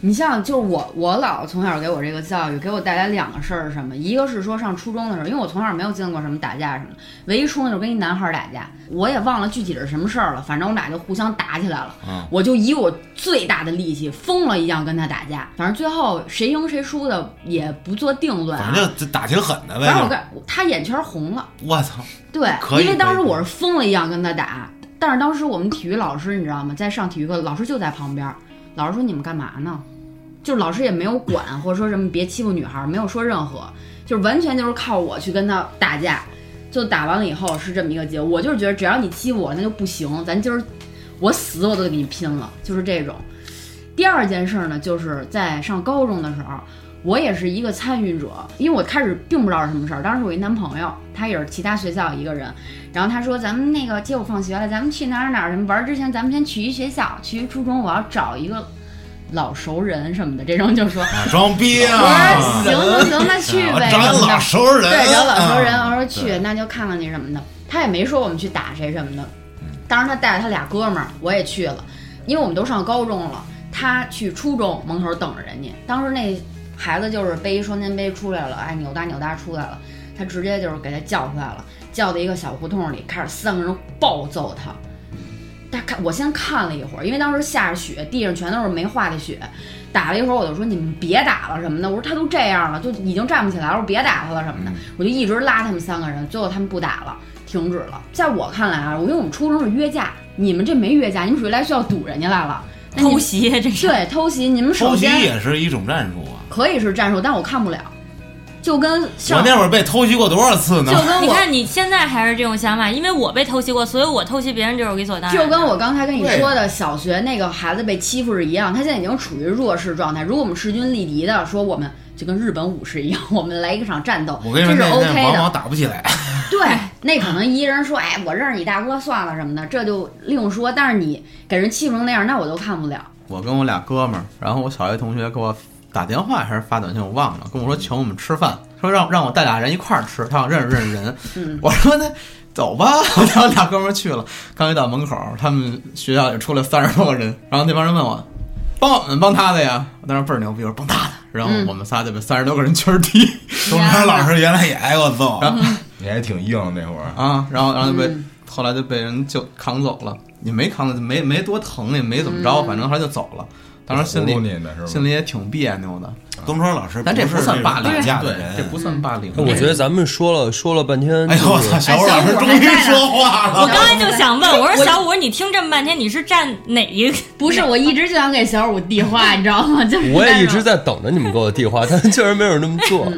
[SPEAKER 4] 你像就是我，我姥姥从小给我这个教育，给我带来两个事儿是什么？一个是说上初中的时候，因为我从小没有经历过什么打架什么，唯一冲的就是跟一男孩儿打架，我也忘了具体是什么事儿了，反正我们俩就互相打起来了。
[SPEAKER 5] 嗯
[SPEAKER 4] 我就以我最大的力气，疯了一样跟他打架，反正最后谁赢谁输的也不做定论啊
[SPEAKER 5] 反。正就打挺狠的呗。
[SPEAKER 4] 反正我
[SPEAKER 5] 就
[SPEAKER 4] 跟他眼圈红了。
[SPEAKER 5] 我操，
[SPEAKER 4] 对，
[SPEAKER 5] 可以
[SPEAKER 4] 因为当时
[SPEAKER 5] 可以
[SPEAKER 4] 我是疯了一样跟他打，但是当时我们体育老师你知道吗，在上体育课，老师就在旁边儿，老师说你们干嘛呢？就是老师也没有管或者说什么别欺负女孩儿，没有说任何，就是完全就是靠我去跟他打架，就打完了以后是这么一个结果。我就是觉得只要你欺负我，那就不行，咱今儿我死我都得给你拼了，就是这种。第二件事儿呢，就是在上高中的时候，我也是一个参与者，因为我开始并不知道是什么事儿。当时我一男朋友，他也是其他学校一个人，然后他说咱们那个接我放学了，咱们去哪儿哪儿什么玩儿之前，咱们先去一学校，去一初中，我要找一个老熟人什么的，这种就说，
[SPEAKER 5] 啊装逼
[SPEAKER 4] 我
[SPEAKER 5] 啊！
[SPEAKER 4] 说行行行，那去
[SPEAKER 5] *laughs*
[SPEAKER 4] 呗，
[SPEAKER 5] 找
[SPEAKER 4] 什么
[SPEAKER 5] 你
[SPEAKER 4] 的
[SPEAKER 5] 老熟人，
[SPEAKER 4] 对，找老熟人，
[SPEAKER 5] 啊
[SPEAKER 4] 我说去，那就看看你什么的。他也没说我们去打谁什么的。当时他带着他俩哥们儿，我也去了，因为我们都上高中了，他去初中门口等着人家。当时那孩子就是背一双肩背出来了，哎，扭哒扭哒出来了，他直接就是给他叫出来了，叫到一个小胡同里，开始三个人暴揍他。大概我先看了一会儿，因为当时下着雪，地上全都是没化的雪。打了一会儿，我就说你们别打了什么的。我说他都这样了，就已经站不起来了，我说别打他了什
[SPEAKER 5] 嗯
[SPEAKER 4] 么的。我就一直拉他们三个人，最后他们不打了，停止了。在我看来啊，我因为我们初中是约架，你们这没约架，你们属于来学校堵人家来了，那你
[SPEAKER 3] *laughs* 偷袭这是
[SPEAKER 4] 对偷袭，你们首
[SPEAKER 5] 偷袭
[SPEAKER 4] 先
[SPEAKER 5] 也是一种战术啊！
[SPEAKER 4] 可以是战术，但我看不了，就跟
[SPEAKER 5] 我
[SPEAKER 4] 上
[SPEAKER 5] 那会儿被偷袭过多少次呢
[SPEAKER 4] 就？跟
[SPEAKER 3] 你
[SPEAKER 4] 我
[SPEAKER 3] 看你现在还是这种想法，因为我被偷袭过，所以我偷袭别人就是理所当然
[SPEAKER 4] 就
[SPEAKER 3] 的。
[SPEAKER 4] 跟我刚才跟你说的小学那个孩子被欺负是一样，他现在已经处于弱势状态。如果我们势均力敌的说，我们就跟日本武士一样，我们来一场战斗，
[SPEAKER 5] 我跟你说，
[SPEAKER 4] 这
[SPEAKER 5] 那
[SPEAKER 4] 是
[SPEAKER 5] 那
[SPEAKER 4] OK
[SPEAKER 5] 往往
[SPEAKER 4] 的。
[SPEAKER 5] 打不起来。
[SPEAKER 4] 对，那可能一人说，哎，我认识你大哥算了什么的，这就另说。但是你给人欺负成那样，那我都看不了。
[SPEAKER 6] 我跟我俩哥们儿，然后我小学同学给我打电话还是发短信，我忘了，跟我说请我们吃饭，说让让我带俩人一块儿吃，他想认识认识人。
[SPEAKER 4] 嗯
[SPEAKER 6] 我说那走吧， *laughs* 然后俩哥们儿去了，刚一到门口，他们学校里出来三十多个人，然后那帮人问我，帮我们帮他的呀，我当时倍儿牛逼，我说帮他的，然后
[SPEAKER 4] 嗯
[SPEAKER 6] 我们仨就被三十多个人全是踢，
[SPEAKER 4] 啊
[SPEAKER 5] 中间老师原来也挨过揍，
[SPEAKER 6] 然后
[SPEAKER 7] 你还挺硬那会儿，
[SPEAKER 6] 啊，然后然后就被、
[SPEAKER 4] 嗯
[SPEAKER 6] 后来就被人就扛走了，也没扛走，没没多疼，也没怎么
[SPEAKER 4] 嗯
[SPEAKER 6] 着，反正后来就走了。当时心里
[SPEAKER 7] 糊弄你呢是吧
[SPEAKER 6] 心里也挺别扭的，
[SPEAKER 5] 东川老师
[SPEAKER 6] 但这
[SPEAKER 5] 不
[SPEAKER 6] 不
[SPEAKER 5] 是
[SPEAKER 6] 算霸
[SPEAKER 5] 那种
[SPEAKER 6] 凌，
[SPEAKER 5] 打架
[SPEAKER 6] 对
[SPEAKER 5] 的，
[SPEAKER 6] 这
[SPEAKER 5] 人。
[SPEAKER 6] 不算霸凌。
[SPEAKER 8] *laughs* 我觉得咱们说了说了半天，
[SPEAKER 5] 哎呦我
[SPEAKER 8] 就是
[SPEAKER 5] 操！小五老师终于说话
[SPEAKER 3] 我
[SPEAKER 5] 了，
[SPEAKER 3] 刚才就想问，我说小五，你听这么半天，你是站哪一个？
[SPEAKER 4] 不是，我一直就想给小五递 *laughs* 话，你知道吗？就是嗯
[SPEAKER 8] 我也一
[SPEAKER 4] 那种
[SPEAKER 8] 直在等着你们给我递话，但确实没有人这么做。 *laughs*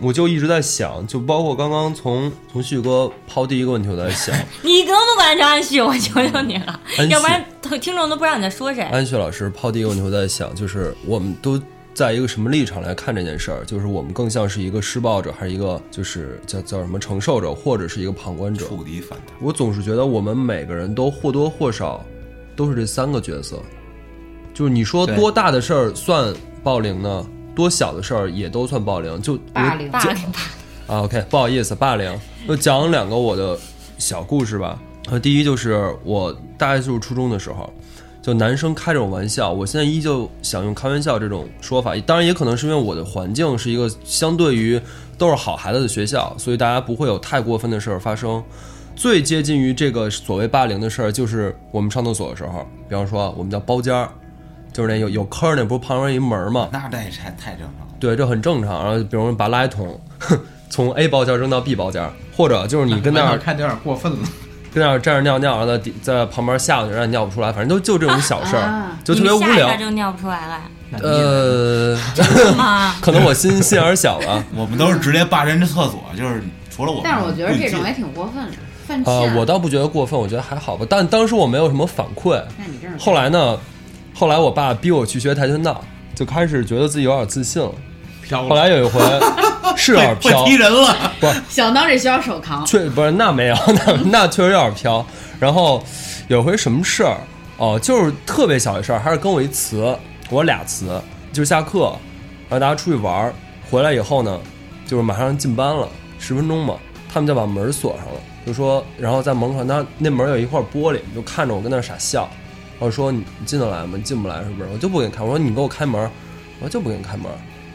[SPEAKER 8] 我就一直在想，就包括刚刚从从旭哥抛第一个问题，我
[SPEAKER 4] *laughs*
[SPEAKER 8] 在想，
[SPEAKER 3] 你能不管叫安旭？我求求你了
[SPEAKER 8] 安，旭
[SPEAKER 3] 要不然听众都不知道你在说谁。
[SPEAKER 8] 安旭老师抛第一个问题，我在想，就是我们都在一个什么立场来看这件事儿？就是我们更像是一个施暴者，还是一个就是叫叫什么承受者，或者是一个旁观者？
[SPEAKER 5] 触底反弹。
[SPEAKER 8] 我总是觉得我们每个人都或多或少都是这三个角色，就是你说
[SPEAKER 6] 对
[SPEAKER 8] 多大的事儿算暴凌呢？多小的事儿也都算暴凌，就
[SPEAKER 4] 霸凌
[SPEAKER 8] 我
[SPEAKER 3] 霸
[SPEAKER 8] 讲
[SPEAKER 3] 凌，
[SPEAKER 8] 啊，OK，不好意思，霸凌。我讲两个我的小故事吧。呃，第一就是我大概就是初中的时候，就男生开这种玩笑，我现在依旧想用开玩笑这种说法。当然，也可能是因为我的环境是一个相对于都是好孩子的学校，所以大家不会有太过分的事儿发生。最接近于这个所谓霸凌的事儿，就是我们上厕所的时候，比方说我们叫包间儿，就是那有有坑儿那不是旁边一门儿吗？
[SPEAKER 5] 那这太太正常了。
[SPEAKER 8] 对，这很正常。然后比如说把垃圾桶 *laughs* 哼从 A 包间扔到 B 包间，或者就是你跟那
[SPEAKER 6] 儿
[SPEAKER 8] 儿
[SPEAKER 6] 看着有点过分了，
[SPEAKER 8] 跟那儿站着尿尿，然后在底在旁边吓唬你，让你尿不出来，反正就就这种小事儿，
[SPEAKER 4] 啊
[SPEAKER 8] 就特别无
[SPEAKER 3] 你们下一
[SPEAKER 8] 聊
[SPEAKER 3] 下。就尿不出来了，
[SPEAKER 8] 呃，
[SPEAKER 3] 是吗？
[SPEAKER 8] *laughs*
[SPEAKER 3] 啊
[SPEAKER 8] 可能我心
[SPEAKER 3] *laughs*
[SPEAKER 8] 心眼儿小吧。
[SPEAKER 5] 我们都是直接霸人家厕所，就是除了我们，
[SPEAKER 4] 但是我觉得这种
[SPEAKER 5] 不
[SPEAKER 4] 也
[SPEAKER 5] 进
[SPEAKER 4] 挺过分的。犯
[SPEAKER 8] 啊、
[SPEAKER 4] 贱。
[SPEAKER 8] 我倒不觉得过分，我觉得还好吧。但当时我没有什么反馈。
[SPEAKER 4] 那你真是
[SPEAKER 8] 后来呢，后来我爸逼我去学跆拳道，就开始觉得自己有点自信了。
[SPEAKER 5] 飘了
[SPEAKER 8] 后来有
[SPEAKER 5] *laughs*
[SPEAKER 8] 一回是有点
[SPEAKER 5] 会
[SPEAKER 8] 飘
[SPEAKER 5] 踢，人了，
[SPEAKER 4] 想当这学校首扛，
[SPEAKER 8] 确不是那没有， *laughs* 那那确实有点飘。然后有回什么事儿哦、就是特别小的事儿，还是跟我一词，我俩词，就是下课，然后大家出去玩儿，回来以后呢，就是马上进班了，十分钟嘛，他们就把门锁上了，就说，然后在门口，那那门有一块玻璃，就看着我跟那儿傻笑，然后说你你进得来吗？进不来是不是？我就不给你开，我说你给我开门，我就不给你开门。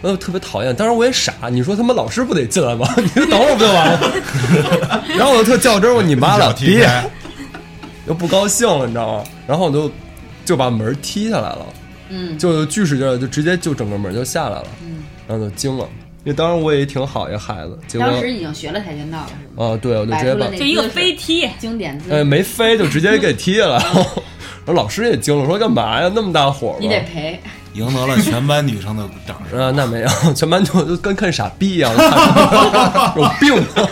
[SPEAKER 8] 我就特别讨厌，当时我也傻，你说他妈老师不得进来吗？ *laughs* 你就等会儿不就完了？然后我就特较真儿，我你妈
[SPEAKER 7] *laughs*
[SPEAKER 8] 了逼！又不高兴了，你知道吗？然后我就就把门踢下来了，
[SPEAKER 4] 嗯，
[SPEAKER 8] 就巨使劲儿，就直接就整个门就下来了，然后就惊了。因为当时我也挺好一个孩子，结果
[SPEAKER 4] 当时已经学了跆拳道了，是吗？
[SPEAKER 8] 啊，对，我就直
[SPEAKER 4] 摆
[SPEAKER 8] 接
[SPEAKER 4] 出了
[SPEAKER 8] 把
[SPEAKER 4] 那
[SPEAKER 3] 就一个飞踢，
[SPEAKER 4] 经典姿势，
[SPEAKER 8] 呃没飞，就直接给踢下来了。 *laughs* 然后老师也惊了，说干嘛呀？那么大火
[SPEAKER 4] 你得
[SPEAKER 8] 吗？
[SPEAKER 4] 赔。
[SPEAKER 5] 赢得了全班女生的掌声。
[SPEAKER 8] 啊，那没有，全班就就跟看傻逼一样，有病吗？ *laughs*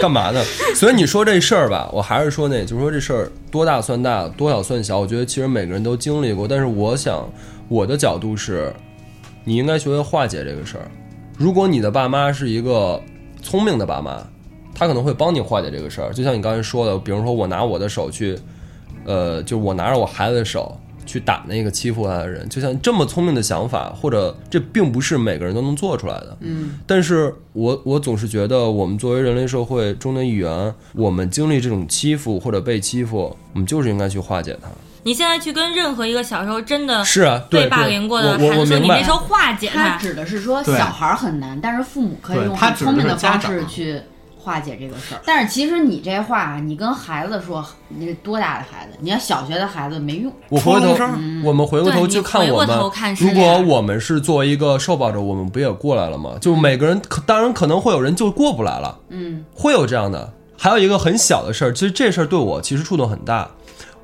[SPEAKER 8] 干嘛呢？所以你说这事儿吧，我还是说那，就是说这事儿多大算大，多小算小。我觉得其实每个人都经历过，但是我想我的角度是，你应该学会化解这个事儿。如果你的爸妈是一个聪明的爸妈，他可能会帮你化解这个事儿。就像你刚才说的，比如说我拿我的手去，呃，就是我拿着我孩子的手去打那个欺负他的人，就像这么聪明的想法，或者这并不是每个人都能做出来的。嗯，但是我我总是觉得，我们作为人类社会中的一员，我们经历这种欺负或者被欺负，我们就是应该去化解它。
[SPEAKER 3] 你现在去跟任何一个小时候真的
[SPEAKER 8] 是啊，对
[SPEAKER 3] 被霸凌过的
[SPEAKER 8] 我
[SPEAKER 3] 孩
[SPEAKER 8] 我我
[SPEAKER 3] 子说，
[SPEAKER 8] 明
[SPEAKER 3] 你
[SPEAKER 8] 白
[SPEAKER 3] 那时。候化解
[SPEAKER 4] 他
[SPEAKER 3] 他，
[SPEAKER 4] 指的是说
[SPEAKER 6] 对
[SPEAKER 4] 小孩儿很难，但是父母可以
[SPEAKER 6] 对
[SPEAKER 4] 用
[SPEAKER 6] 他
[SPEAKER 4] 很
[SPEAKER 6] 指
[SPEAKER 4] 聪
[SPEAKER 6] 的
[SPEAKER 4] 明
[SPEAKER 6] 是
[SPEAKER 4] 的方
[SPEAKER 6] 家
[SPEAKER 4] 式
[SPEAKER 6] 长
[SPEAKER 4] 去化解这个事儿。但是其实你这话，你跟孩子说，你多大的孩子？你要小学的孩子没用。
[SPEAKER 8] 我回
[SPEAKER 5] 初中
[SPEAKER 8] 头
[SPEAKER 5] 生，
[SPEAKER 8] 我们回过头
[SPEAKER 3] 对
[SPEAKER 8] 去
[SPEAKER 3] 你
[SPEAKER 8] 看
[SPEAKER 3] 回
[SPEAKER 8] 我
[SPEAKER 3] 过
[SPEAKER 8] 们
[SPEAKER 3] 头看，是
[SPEAKER 8] 如
[SPEAKER 3] 这
[SPEAKER 8] 果
[SPEAKER 3] 样
[SPEAKER 8] 我们是作为一个受暴者，我们不也过来了吗？就每个人，可当然可能会有人就过不来了，
[SPEAKER 4] 嗯，
[SPEAKER 8] 会有这样的。还有一个很小的事儿，其实这事儿对我其实触动很大。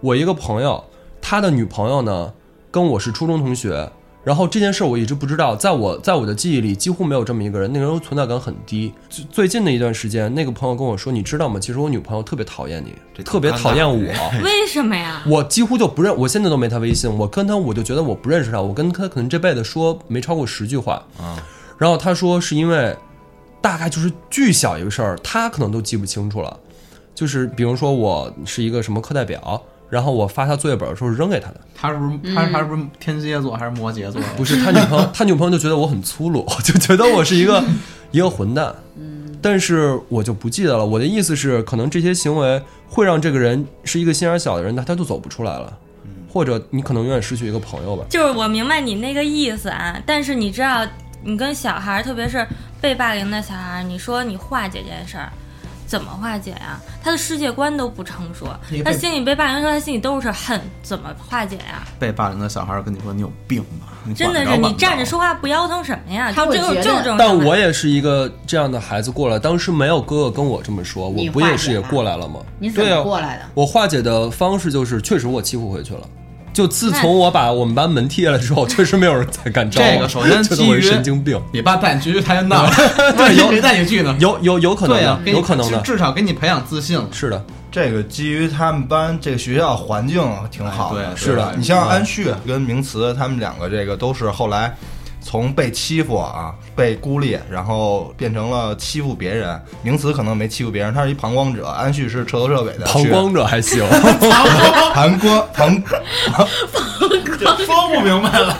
[SPEAKER 8] 我一个朋友，他的女朋友呢跟我是初中同学，然后这件事儿我一直不知道，在我在我的记忆里几乎没有这么一个人，那个人存在感很低。最最近的一段时间，那个朋友跟我说，你知道吗？其实我女朋友特别讨厌你，
[SPEAKER 5] 这
[SPEAKER 8] 特别
[SPEAKER 5] 挺尴
[SPEAKER 8] 讨
[SPEAKER 5] 尬
[SPEAKER 8] 厌
[SPEAKER 5] 的
[SPEAKER 8] 我。
[SPEAKER 3] 为什么呀？
[SPEAKER 8] 我几乎就不认，我现在都没他微信。我跟他，我就觉得我不认识他，我跟他可能这辈子说没超过十句话。
[SPEAKER 5] 嗯
[SPEAKER 8] 然后他说是因为，大概就是巨小一个事儿，他可能都记不清楚了。就是比如说我是一个什么课代表，然后我发他作业本的时候扔给他的，
[SPEAKER 6] 他是不
[SPEAKER 3] 嗯
[SPEAKER 6] 是他他是不是天蝎座还是摩羯座？
[SPEAKER 8] 不是他女
[SPEAKER 4] *laughs*
[SPEAKER 8] 朋友，他女朋友就觉得我很粗鲁，就觉得我是一个一个混蛋。
[SPEAKER 4] 嗯
[SPEAKER 8] 但是我就不记得了。我的意思是，可能这些行为会让这个人是一个心眼儿小的人，那他就走不出来了，
[SPEAKER 6] 嗯
[SPEAKER 8] 或者你可能永远失去一个朋友吧。
[SPEAKER 3] 就是我明白你那个意思啊，但是你知道，你跟小孩儿，特别是被霸凌的小孩儿，你说你化解这件事儿，怎么化解呀、他的世界观都不成熟
[SPEAKER 6] 你，
[SPEAKER 3] 他
[SPEAKER 6] 被
[SPEAKER 3] 心里被霸凌的时候，他心里都是恨，怎么化解呀、
[SPEAKER 6] 被霸凌的小孩跟你说你有病吧？你
[SPEAKER 3] 真
[SPEAKER 6] 管
[SPEAKER 3] 的
[SPEAKER 6] 得
[SPEAKER 3] 是
[SPEAKER 6] 着管
[SPEAKER 3] 你
[SPEAKER 6] 不
[SPEAKER 3] 站着
[SPEAKER 6] 着
[SPEAKER 3] 说话不腰疼什么呀？
[SPEAKER 4] 他
[SPEAKER 3] 就
[SPEAKER 4] 会
[SPEAKER 3] 这种
[SPEAKER 4] 觉得
[SPEAKER 3] 就是这种想法。
[SPEAKER 8] 但我也是一个这样的孩子过来，当时没有哥哥跟我这么说，我
[SPEAKER 4] 你
[SPEAKER 8] 不
[SPEAKER 4] 化
[SPEAKER 8] 也
[SPEAKER 4] 解
[SPEAKER 8] 是也
[SPEAKER 4] 了
[SPEAKER 8] 过来了吗？
[SPEAKER 4] 你怎
[SPEAKER 8] 对
[SPEAKER 4] 么
[SPEAKER 8] 啊，
[SPEAKER 4] 过来的？
[SPEAKER 8] 我化解的方式就是，确实我欺负回去了。就自
[SPEAKER 3] 那
[SPEAKER 8] 从我把我们班门踢下来之后，确实没有人再敢招我。
[SPEAKER 6] 这个首先
[SPEAKER 8] *laughs* 觉得
[SPEAKER 6] 基
[SPEAKER 8] 我是
[SPEAKER 6] 于
[SPEAKER 8] 神经病。
[SPEAKER 6] 你爸带你去跆拳
[SPEAKER 8] *laughs*
[SPEAKER 6] 道，对，有谁带你去呢？
[SPEAKER 8] 有有有可能
[SPEAKER 6] 对呀啊
[SPEAKER 8] 的，，
[SPEAKER 6] 给你
[SPEAKER 8] 有可能的，
[SPEAKER 6] 至少给你培养自信。
[SPEAKER 8] 是的，
[SPEAKER 7] 这个基于他们班这个学校环境挺好的，
[SPEAKER 6] 哎对
[SPEAKER 8] 是的
[SPEAKER 7] 吧你像安旭跟名词，他们两个这个都是后来从被欺负啊、被孤立，然后变成了欺负别人。名词可能没欺负别人，他是一旁观者，安旭是彻头彻尾的
[SPEAKER 8] 膀
[SPEAKER 7] 去
[SPEAKER 8] 胱者还行。
[SPEAKER 7] 旁观旁
[SPEAKER 5] 说不
[SPEAKER 7] *laughs*
[SPEAKER 5] 明白了，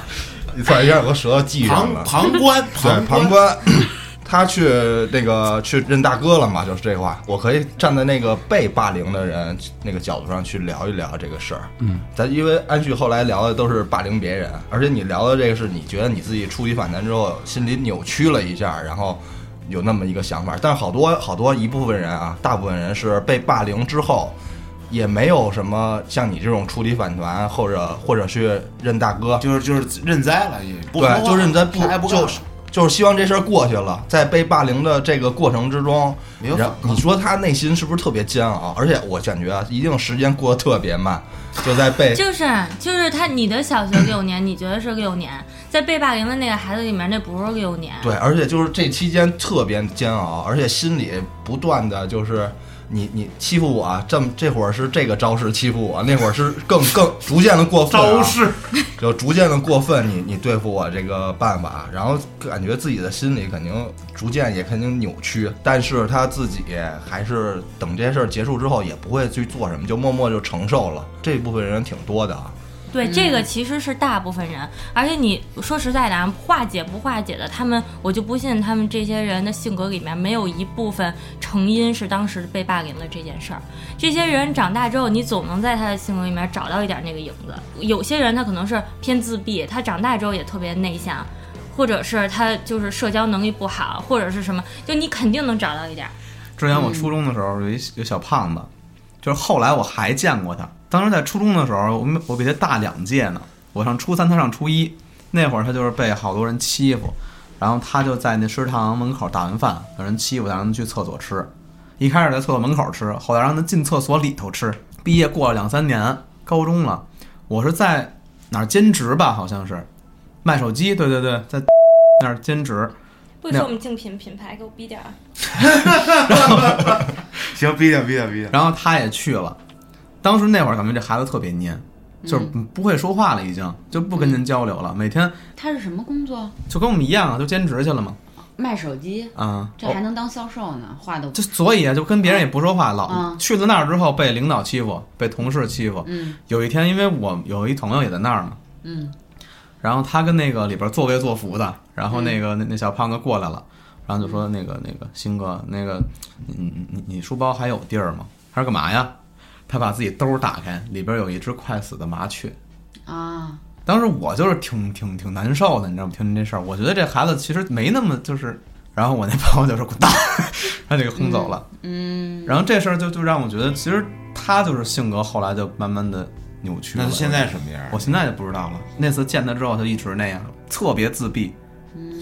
[SPEAKER 7] 突然一下有个舌头系上
[SPEAKER 8] 啊
[SPEAKER 5] 旁
[SPEAKER 7] 了，
[SPEAKER 5] 旁观
[SPEAKER 7] 对
[SPEAKER 5] 旁
[SPEAKER 7] 旁观。 *clears throat* 他去那个去认大哥了嘛，就是这话。我可以站在那个被霸凌的人那个角度上去聊一聊这个事儿。嗯，咱因为安旭后来聊的都是霸凌别人，而且你聊的这个是你觉得你自己触底反弹之后心里扭曲了一下，然后有那么一个想法。但好多好多一部分人啊，大部分人是被霸凌之后，也没有什么像你这种触底反弹，或者或者去认大哥，
[SPEAKER 5] 就是就是认栽了，也不
[SPEAKER 7] 对，就是你在不
[SPEAKER 5] 不不干
[SPEAKER 7] 就
[SPEAKER 5] 了
[SPEAKER 7] 是就是希望这事儿过去了，在被霸凌的这个过程之中，
[SPEAKER 5] 没有
[SPEAKER 7] 然
[SPEAKER 5] 反抗
[SPEAKER 7] 你说他内心是不是特别煎熬？而且我感觉啊，一定时间过得特别慢，就在
[SPEAKER 5] *laughs*
[SPEAKER 7] 被
[SPEAKER 3] 就是就是他，你的小学六年，你觉得是六年，在被霸凌的那个孩子里面，那不是六年。
[SPEAKER 7] 对，而且就是这期间特别煎熬，而且心里不断的就是你你欺负我啊，这么这会儿是这个招式欺负我，那会儿是更更逐渐的过分、啊，
[SPEAKER 5] 招式
[SPEAKER 7] 就逐渐的过分你，你对付我这个办法，然后感觉自己的心里肯定逐渐也肯定扭曲，但是他自己还是等这件事儿结束之后也不会去做什么，就默默就承受了。这部分人挺多的啊，
[SPEAKER 3] 对，这个其实是大部分人，而且你说实在的啊，化解不化解的，他们我就不信他们这些人的性格里面没有一部分成因是当时被霸凌了这件事儿。这些人长大之后，你总能在他的性格里面找到一点那个影子。有些人他可能是偏自闭，他长大之后也特别内向，或者是他就是社交能力不好，或者是什么，就你肯定能找到一点儿。
[SPEAKER 6] 之前我初中的时候有一有小胖子，就是后来我还见过他。当时在初中的时候，我们我比他大两届呢，我上初三，他上初一。那会儿他就是被好多人欺负，然后他就在那食堂门口打完饭，有人欺负他，让他去厕所吃。一开始在厕所门口吃，后来让他进厕所里头吃。毕业过了两三年，高中了，我是在哪儿兼职吧，好像是卖手机，对对对，在 *laughs* 那儿兼职。
[SPEAKER 3] 不
[SPEAKER 6] 许说
[SPEAKER 3] 说
[SPEAKER 6] 我
[SPEAKER 3] 我们竞品品牌，给我逼点儿。
[SPEAKER 5] *laughs* 行，逼点逼点逼点。
[SPEAKER 6] 然后他也去了。当时那会儿感觉这孩子特别蔫，
[SPEAKER 4] 嗯
[SPEAKER 6] 就是不会说话了，已经就不跟人交流了，每天
[SPEAKER 4] 他是什么工作？
[SPEAKER 6] 就跟我们一样啊，就兼职去了嘛，
[SPEAKER 4] 卖手机，
[SPEAKER 6] 啊、
[SPEAKER 4] 这
[SPEAKER 8] 哦
[SPEAKER 4] 还能当销售呢？话都
[SPEAKER 6] 就所以啊，就跟别人也不说话，老、
[SPEAKER 4] 嗯
[SPEAKER 6] 去了那儿之后被领导欺负，被同事欺负。
[SPEAKER 4] 嗯
[SPEAKER 6] 有一天，因为我有一朋友也在那儿嘛，
[SPEAKER 4] 嗯
[SPEAKER 6] 然后他跟那个里边作威作福的，然后
[SPEAKER 4] 嗯
[SPEAKER 6] 那个、那那小胖子过来了，然后就说那个那个鑫哥，那个你你你你书包还有地儿吗？他说干嘛呀？他把自己兜儿打开，里边有一只快死的麻雀。
[SPEAKER 4] 啊，
[SPEAKER 6] 当时我就是挺挺挺难受的，你知道吗？听这事儿，我觉得这孩子其实没那么就是，然后我那朋友就是滚蛋， *laughs* 他就给轰走了。
[SPEAKER 4] 嗯，
[SPEAKER 6] 然后这事儿就就让我觉得，其实他就是性格后来就慢慢的扭曲了。
[SPEAKER 5] 那现在什么样？
[SPEAKER 6] 我现在就不知道了。那次见他之后，他就一直那样，特别自闭。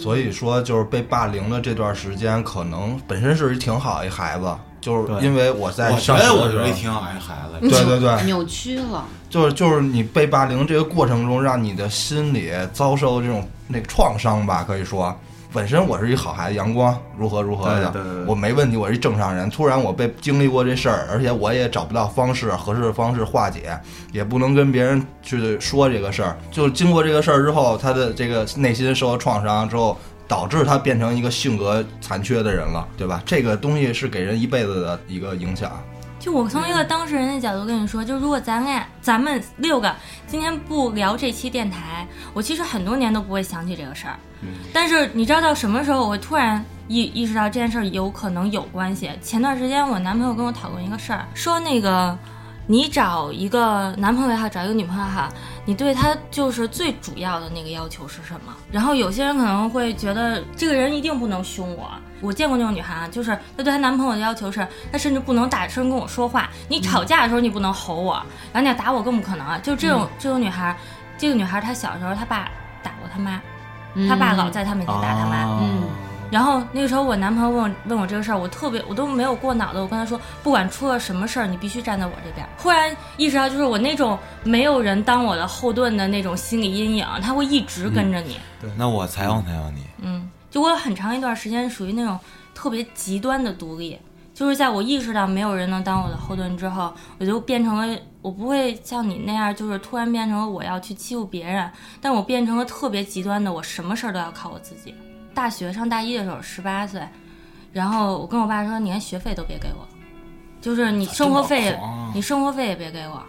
[SPEAKER 7] 所以说就是被霸凌的这段时间，可能本身是一挺好一孩子，就是
[SPEAKER 6] 对
[SPEAKER 7] 因为我在
[SPEAKER 5] 我觉
[SPEAKER 7] 上学
[SPEAKER 5] 得
[SPEAKER 7] 的
[SPEAKER 5] 我
[SPEAKER 7] 时
[SPEAKER 5] 觉
[SPEAKER 7] 候
[SPEAKER 5] 得挺好一哎孩子。
[SPEAKER 7] 对对
[SPEAKER 8] 哎
[SPEAKER 7] 对，
[SPEAKER 4] 扭曲了，
[SPEAKER 7] 就是就是你被霸凌这个过程中，让你的心里遭受这种那个创伤吧，可以说，本身我是一好孩子，阳光如何如何的，
[SPEAKER 6] 对对对对
[SPEAKER 7] 我没问题，我是一正常人。突然我被经历过这事儿，而且我也找不到方式合适的方式化解，也不能跟别人去说这个事儿。就是经过这个事儿之后，他的这个内心受到创伤之后。导致他变成一个性格残缺的人了，对吧？这个东西是给人一辈子的一个影响。
[SPEAKER 3] 就我从一个当事人的角度跟你说，就如果咱俩咱们六个今天不聊这期电台，我其实很多年都不会想起这个事儿。但是你知道到什么时候我会突然意意识到这件事儿有可能有关系？前段时间我男朋友跟我讨论一个事儿，说那个你找一个男朋友也好，找一个女朋友也好，你对他就是最主要的那个要求是什么？然后有些人可能会觉得这个人一定不能凶我。我见过那种女孩啊，就是她对她男朋友的要求是，她甚至不能大声跟我说话。你吵架的时候你不能吼我，然后你要打我更不可能啊。就这种、这种女孩，这个女孩她小时候她爸打过她妈，她爸
[SPEAKER 8] 嗯
[SPEAKER 3] 老在她面前打她
[SPEAKER 6] 哦
[SPEAKER 5] 哦
[SPEAKER 3] 妈。
[SPEAKER 4] 嗯
[SPEAKER 3] 然后那个时候我男朋友问我问我这个事儿，我特别我都没有过脑子，我跟他说，不管出了什么事儿，你必须站在我这边。忽然意识到，就是我那种没有人当我的后盾的那种心理阴影，他会一直跟着你。
[SPEAKER 5] 对，那我采访采访你。
[SPEAKER 3] 嗯，就我有很长一段时间属于那种特别极端的独立，就是在我意识到没有人能当我的后盾之后，我就变成了我不会像你那样，就是突然变成了我要去欺负别人，但我变成了特别极端的，我什么事儿都要靠我自己。大学上大一的时候，十八岁，然后我跟我爸说，你连学费都别给我，就是你生活费也，你生活费也别给我，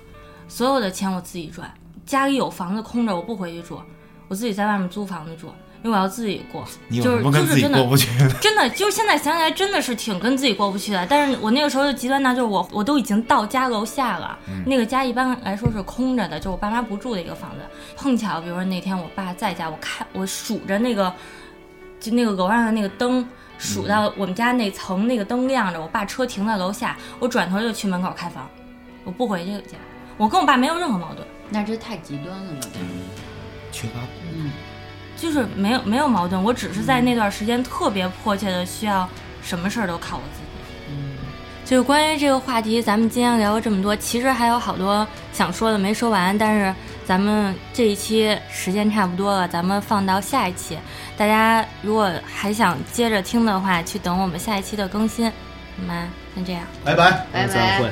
[SPEAKER 3] 所有的钱我自己赚。家里有房子空着，我不回去住，我自己在外面租房子住，因为我要自己过。
[SPEAKER 5] 你有
[SPEAKER 3] 就
[SPEAKER 5] 什
[SPEAKER 3] 是
[SPEAKER 5] 么跟
[SPEAKER 3] 就是
[SPEAKER 5] 自己
[SPEAKER 3] 真的
[SPEAKER 5] 过不去的？
[SPEAKER 3] 真的，就是现在想起来，真的是挺跟自己过不去的。但是我那个时候就极端到，就是我我都已经到家楼下了，
[SPEAKER 5] 嗯
[SPEAKER 3] 那个家一般来说是空着的，就我爸妈不住的一个房子。碰巧，比如说那天我爸在家，我看我数着那个，就那个楼上的那个灯，数到我们家那层那个灯亮着，我爸车停在楼下，我转头就去门口开房，我不回这个家。我跟我爸没有任何矛盾，
[SPEAKER 4] 那这太极端了，有点。
[SPEAKER 5] 缺乏
[SPEAKER 4] 嗯
[SPEAKER 3] 就是没有没有矛盾，我只是在那段时间特别迫切的需要什么事儿都靠我自己。
[SPEAKER 4] 嗯，
[SPEAKER 3] 就是关于这个话题，咱们今天聊了这么多，其实还有好多想说的没说完，但是咱们这一期时间差不多了，咱们放到下一期。大家如果还想接着听的话，去等我们下一期的更新。
[SPEAKER 10] 妈，那这样。
[SPEAKER 11] 拜拜。
[SPEAKER 12] 拜
[SPEAKER 6] 再
[SPEAKER 12] 拜
[SPEAKER 6] 会。。